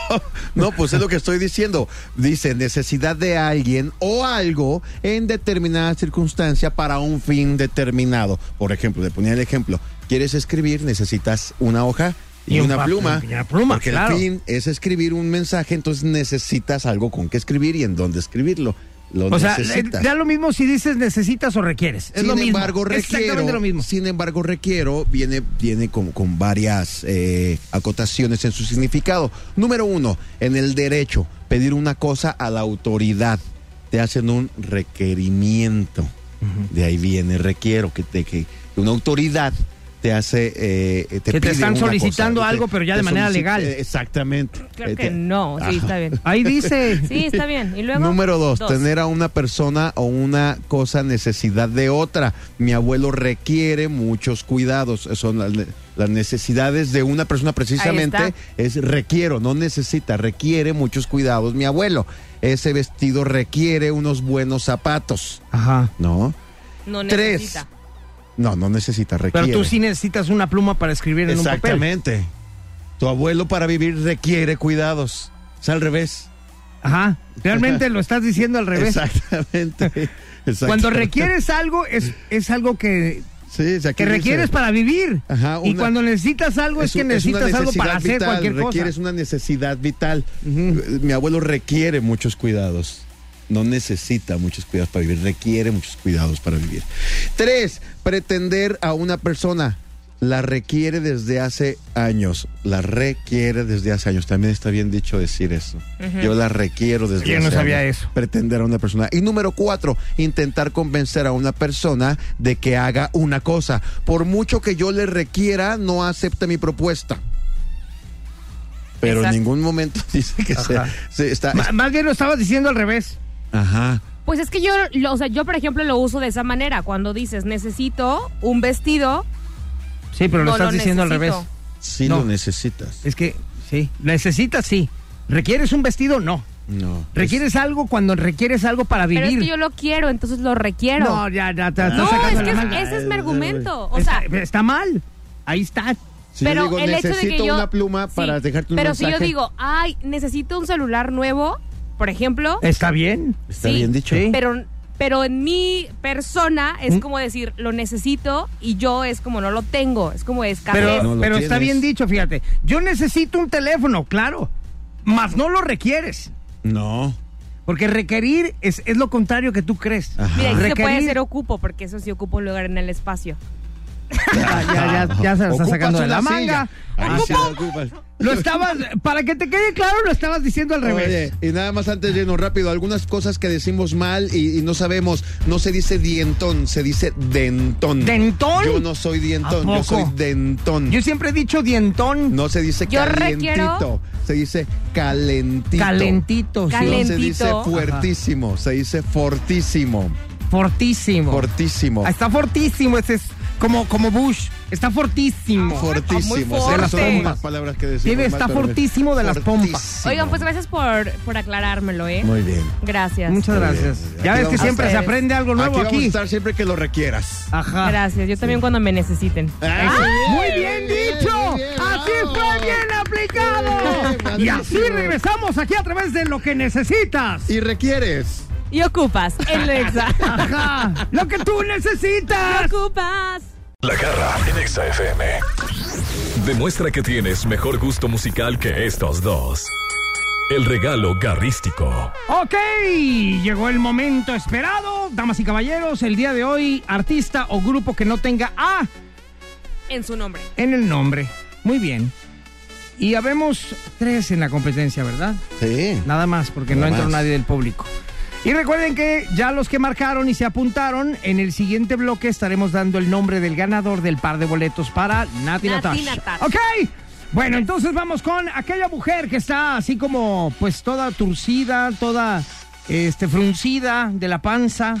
C: *laughs* no, pues es lo que estoy diciendo. Dice necesidad de alguien o algo en determinada circunstancia para un fin determinado. Por ejemplo, le ponía el ejemplo. ¿Quieres escribir? Necesitas una hoja y,
A: Y un
C: una
A: pa-
C: pluma.
A: y una pluma,
C: porque
A: claro.
C: el fin es escribir un mensaje, entonces necesitas algo con qué escribir y en dónde escribirlo. Lo
A: O sea,
C: necesitas.
A: da lo mismo si dices necesitas o requieres. Es
C: sin
A: lo mismo.
C: embargo, requiero.
A: Exactamente lo mismo.
C: Sin embargo, requiero viene, viene con, con varias eh, acotaciones en su significado. Número uno, en el derecho, pedir una cosa a la autoridad. Te hacen un requerimiento. De ahí viene requiero, que, te, que una autoridad te hace. eh, eh, te
A: Que te
C: pide
A: están
C: una
A: solicitando
C: cosa,
A: algo,
C: te-
A: pero ya
C: te
A: de manera
C: solici-
A: legal.
C: eh, Exactamente.
B: Claro
C: Eh,
B: que
C: te-
B: no, sí, está bien.
A: Ahí dice.
C: *laughs*
B: Sí, está bien. Y luego.
C: Número dos, tener a una persona o una cosa necesidad de otra. Mi abuelo requiere muchos cuidados. Son las, ne- las necesidades de una persona precisamente. Es requiero, no necesita, requiere muchos cuidados. Mi abuelo, ese vestido requiere unos buenos zapatos,
A: Ajá.
C: ¿no?
B: No
C: Tres.
B: necesita.
C: No, no necesita, requiere.
A: Pero tú sí necesitas una pluma para escribir en un papel.
C: Exactamente. Tu abuelo para vivir requiere cuidados. Es al revés.
A: Ajá. Realmente lo estás diciendo al revés.
C: Exactamente. Exactamente.
A: Cuando requieres algo, es, es algo que,
C: Sí, o sea,
A: que
C: aquí dice-
A: requieres para vivir.
C: Ajá,
A: y
C: una-
A: cuando necesitas algo, es, que
C: un- una
A: necesitas algo
C: necesidad
A: para hacer
C: vital,
A: cualquier cosa.
C: Requieres una necesidad vital. Eh, Mi abuelo requiere muchos cuidados. No necesita muchos cuidados para vivir, requiere muchos cuidados para vivir. Tres, pretender a una persona. La requiere desde hace años. La requiere desde hace años. También está bien dicho decir eso. Yo la requiero desde
A: Yo
C: hace
A: no sabía
C: años.
A: eso.
C: Pretender a una persona. Y número cuatro, intentar convencer a una persona de que haga una cosa. Por mucho que yo le requiera, no acepta mi propuesta. Pero
B: Exacto.
C: en ningún momento *laughs* dice que se, se está.
A: Ma- más bien lo estabas diciendo al revés.
C: Ajá.
B: Pues es que yo, lo- o sea, yo por ejemplo lo uso de esa manera. Cuando dices necesito un vestido,
A: Sí, pero lo
B: No lo
A: estás diciendo
B: necesito.
A: al revés.
C: Sí
A: No.
C: lo necesitas.
A: Es que, sí. Necesitas, sí. ¿Requieres un vestido? No.
C: No.
A: ¿Requieres algo cuando requieres algo para
B: pero es
A: vivir?
B: que yo lo quiero, entonces lo requiero.
A: No, ya, ya, te estás
B: No,
A: sacando
B: es
A: la
B: que
A: manga.
B: es- ese es mi argumento. O sea,
A: está, está mal. Ahí está.
C: Si
B: pero
C: yo digo,
B: el hecho
C: necesito
B: de que yo
C: una pluma
B: sí,
C: para dejarte un
B: Pero si yo
C: mensaje",
B: digo, ay, necesito un celular nuevo, por ejemplo,
A: Está bien.
C: Está
B: sí,
C: bien dicho.
A: Sí.
B: pero pero en mi persona es
A: ¿Mm?
B: como decir lo necesito y yo es como no lo tengo, es como escasez.
A: Pero,
C: No lo
A: pero está
C: tienes.
A: bien dicho, fíjate. Yo necesito un teléfono, claro. Mas no lo requieres.
C: No.
A: Porque requerir es, es lo contrario que tú crees.
C: Ajá.
B: Mira, y sí se puede
A: Requerir-
B: hacer ocupo, porque eso sí ocupa un lugar en el espacio.
A: Ya, ya, ya, ya se lo está
C: Ocupas
A: sacando de
C: una
A: la manga.
C: silla. Ahí sí
A: Ocupa-
C: la ocupas.
A: Lo estabas, para que te quede claro, lo estabas diciendo al revés.
C: Oye, y nada más antes de irnos rápido, algunas cosas que decimos mal y, y no sabemos. No se dice dientón, se dice dentón.
A: ¿Dentón?
C: Yo no soy dientón,
A: ¿A poco?
C: yo soy dentón.
A: Yo siempre he dicho dientón,
C: No se dice
B: Yo
C: calientito,
B: requiero-
C: se dice calentito.
A: calentito, sí.
B: Calen-
C: No se dice
B: Calentito.
C: fuertísimo, se dice fortísimo.
A: fortísimo.
C: Fortísimo.
A: Ah, Está fortísimo, ese es como, como Bush. Está fortísimo.
C: Fortísimo.
B: muy
C: Esas
A: fuerte.
C: son algunas palabras que decimos.
A: Tiene-
C: mal,
A: está
C: pero-
A: fortísimo de las pompas.
B: Oigan, pues gracias por, por aclarármelo, ¿eh?
C: Muy bien.
B: Gracias.
A: Muchas
C: Muy bien,
A: gracias.
C: muy bien.
A: Ya
C: Aquí
A: ves que
C: vamos a
A: siempre se
B: ustedes.
A: aprende algo
C: Aquí
A: nuevo
C: vamos a
A: aquí.
C: estar siempre que lo requieras.
A: Ajá.
B: Gracias, yo también cuando me necesiten.
C: Ah,
A: Muy bien dicho.
C: muy bien, Ah.
A: Así
C: bravo.
A: fue bien
C: Muy
A: aplicado.
C: bien,
A: Y así
C: padrísimo.
A: regresamos aquí a través de lo que necesitas.
C: Y requieres.
B: Y
A: *laughs*
B: ocupas en Lexa.
A: Ajá. Lo que tú necesitas.
B: ocupas.
E: La garra en Exa FM. Demuestra que tienes mejor gusto musical que estos dos. El regalo garrístico.
A: Ok, llegó el momento esperado. Damas y caballeros, el día de hoy, artista o grupo que no tenga A
B: En su nombre.
A: en el nombre. Muy bien. Y habemos tres en la competencia, ¿verdad?
C: Sí.
A: Nada más, porque no
C: Nada
A: entró
C: más.
A: nadie del público. Y recuerden que ya los que marcaron y se apuntaron, en el siguiente bloque estaremos dando el nombre del ganador del par de boletos para Nati
B: Nati
A: Natasha.
B: Natasha.
A: ¿Ok? Bueno, entonces vamos con aquella mujer que está así como, pues, toda turcida, toda este, fruncida de la panza,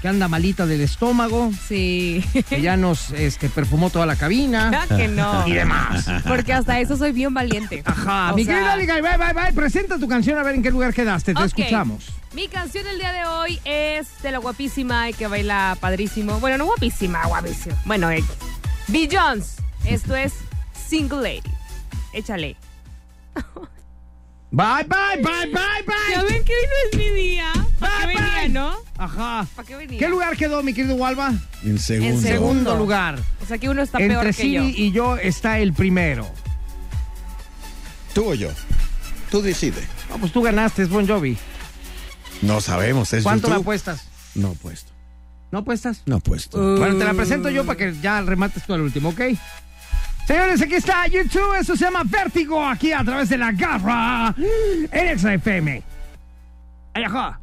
A: que anda malita del estómago, *laughs*
B: Sí.
A: que ya nos este, perfumó toda la cabina
B: Claro que no.
A: y demás.
B: Porque hasta eso soy bien valiente.
A: Ajá,
B: O
A: mi
B: sea,
A: querida Abigail, bye, bye, bye. Presenta tu canción a ver en qué lugar quedaste. Te
B: ok.
A: escuchamos.
B: Mi canción del día de hoy es de la guapísima y que baila padrísimo. Bueno, no guapísima, guapísima. Bueno, X. B. Jones. Esto es Single Lady. Échale.
A: Bye, bye, bye, bye, bye.
B: Ya ven que hoy no es mi día. ¿Para qué
A: Bye,
B: venía,
A: bye.
B: no?
A: Ajá.
B: ¿Para qué venía?
A: ¿Qué lugar quedó, mi querido Walva?
C: En segundo.
B: segundo.
A: Segundo lugar.
B: O sea que uno está peor
A: Entre
B: que
A: Siri
B: yo.
A: y yo está el primero.
C: Tú o yo. Tú decides.
A: No, pues tú ganaste, es Bon Jovi.
C: No sabemos. Es
A: ¿Cuánto me
C: YouTube.
A: apuestas?
C: No puesto.
A: ¿No apuestas?
C: No puesto.
B: Uh.
A: Bueno, te la presento yo para que ya remates tú al último, ¿ok? Señores, aquí está YouTube. Eso se llama Vértigo aquí a través de la garra en XFM. Ayajá.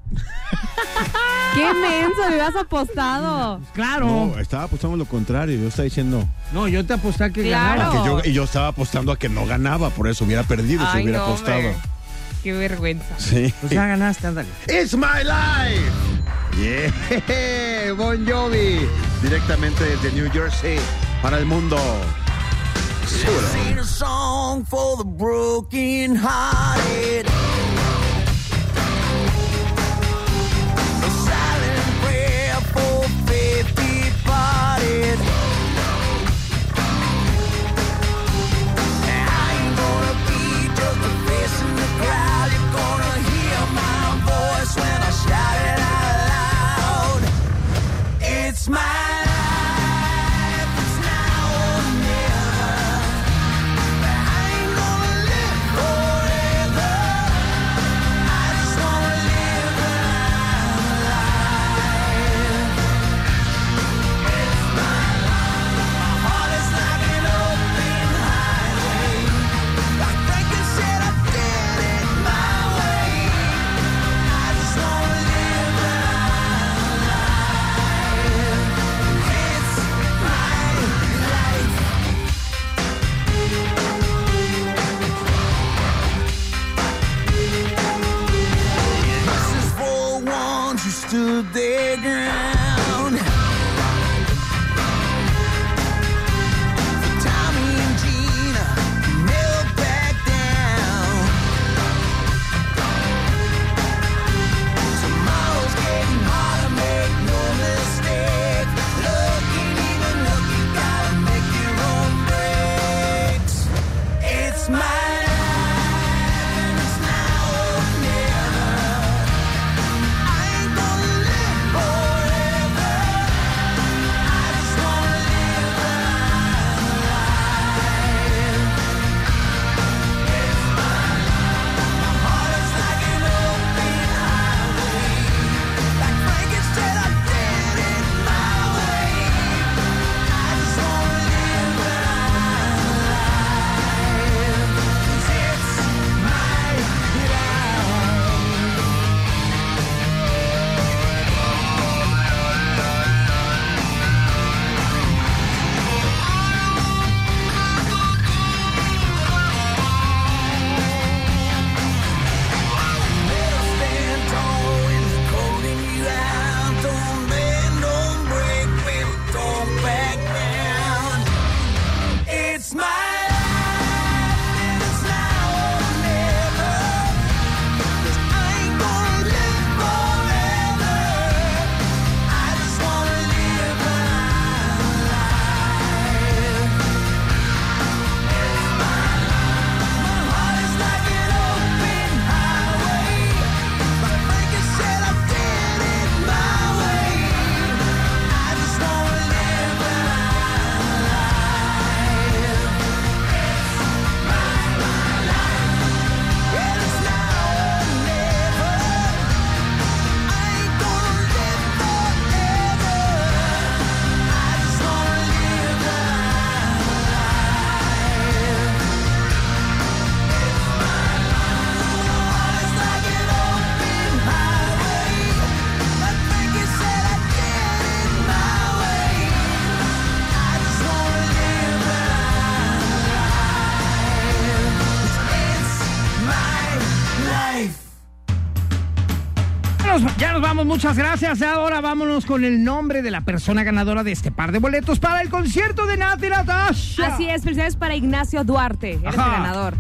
B: ¡Qué menso! Me has apostado.
A: Claro.
I: No, estaba apostando lo contrario. Yo estaba diciendo.
A: No, yo te aposté que
B: Claro.
A: ganaba.
I: que yo- y yo estaba apostando a que no ganaba, por eso hubiera perdido si
B: Ay,
I: hubiera
B: no,
I: apostado.
B: hombre. ¡Qué vergüenza!
I: Sí.
A: Pues ya ganaste, ándale.
C: It's my life. Yeah, Bon Jovi, directamente desde New Jersey para el mundo.
F: Sing a song for the broken hearted. A silent prayer for faith departed. I ain't gonna be just a face in the crowd. You're gonna hear my voice when I shout it out loud. It's my life. It's now or never. I ain't gonna live forever. I just wanna live my life. It's my life. My heart is like an open highway. I think I said I did it my way. I just wanna live my life. It's my life. This is for ones who stood their ground. For Tommy and Gina, who never back down. Tomorrow's getting harder, make no mistake. Luck ain't even luck, you gotta make your own breaks. It's my life, and it's now or never. I ain't gonna live forever. I just wanna live my life. It's my life. My heart is like an open highway. Like Frankenstein, I did it my way. I just wanna live my life. 'Cause it's my life. It's my life, and it's now or never. 'Cause I ain't gonna live forever. I just wanna live my life. It's my life. My heart is like an open highway. But like I said, I did it my way. I just wanna live my life. It's my life, and it's now or never. I ain't gonna live forever. I just wanna live my life.
A: Ya nos, ya nos vamos, muchas gracias. Ahora vámonos con el nombre de la persona ganadora de este par de boletos para el concierto de Nati Natasha.
B: Así es, felicidades para Ignacio Duarte. Eres el
A: Ajá.
B: ganador.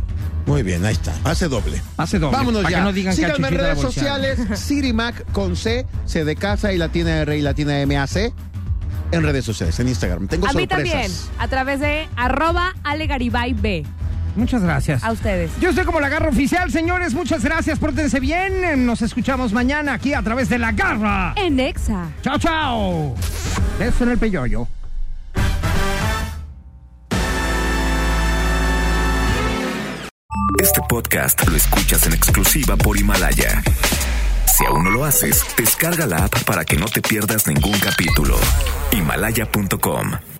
I: Muy bien, ahí está. Hace doble.
A: Hace doble.
C: Vámonos
A: para
C: ya.
A: Que no digan que a
C: Síganme en
A: Chuchita la
C: redes
A: bolsearon.
C: sociales, Sirimac con C, C de casa y latina R y latina MAC. En redes sociales, en Instagram. Tengo
B: A mí
C: sorpresas.
B: también, a través de arroba Ale Garibay B.
A: Muchas gracias.
B: A ustedes.
A: Yo estoy como la garra oficial, señores. Muchas gracias. Pórtense bien. Nos escuchamos mañana aquí a través de la garra.
B: En Exa.
A: Chao, chao. Beso en el peyoyo.
K: Este podcast lo escuchas en exclusiva por Himalaya. Si aún no lo haces, descarga la app para que no te pierdas ningún capítulo. Himalaya.com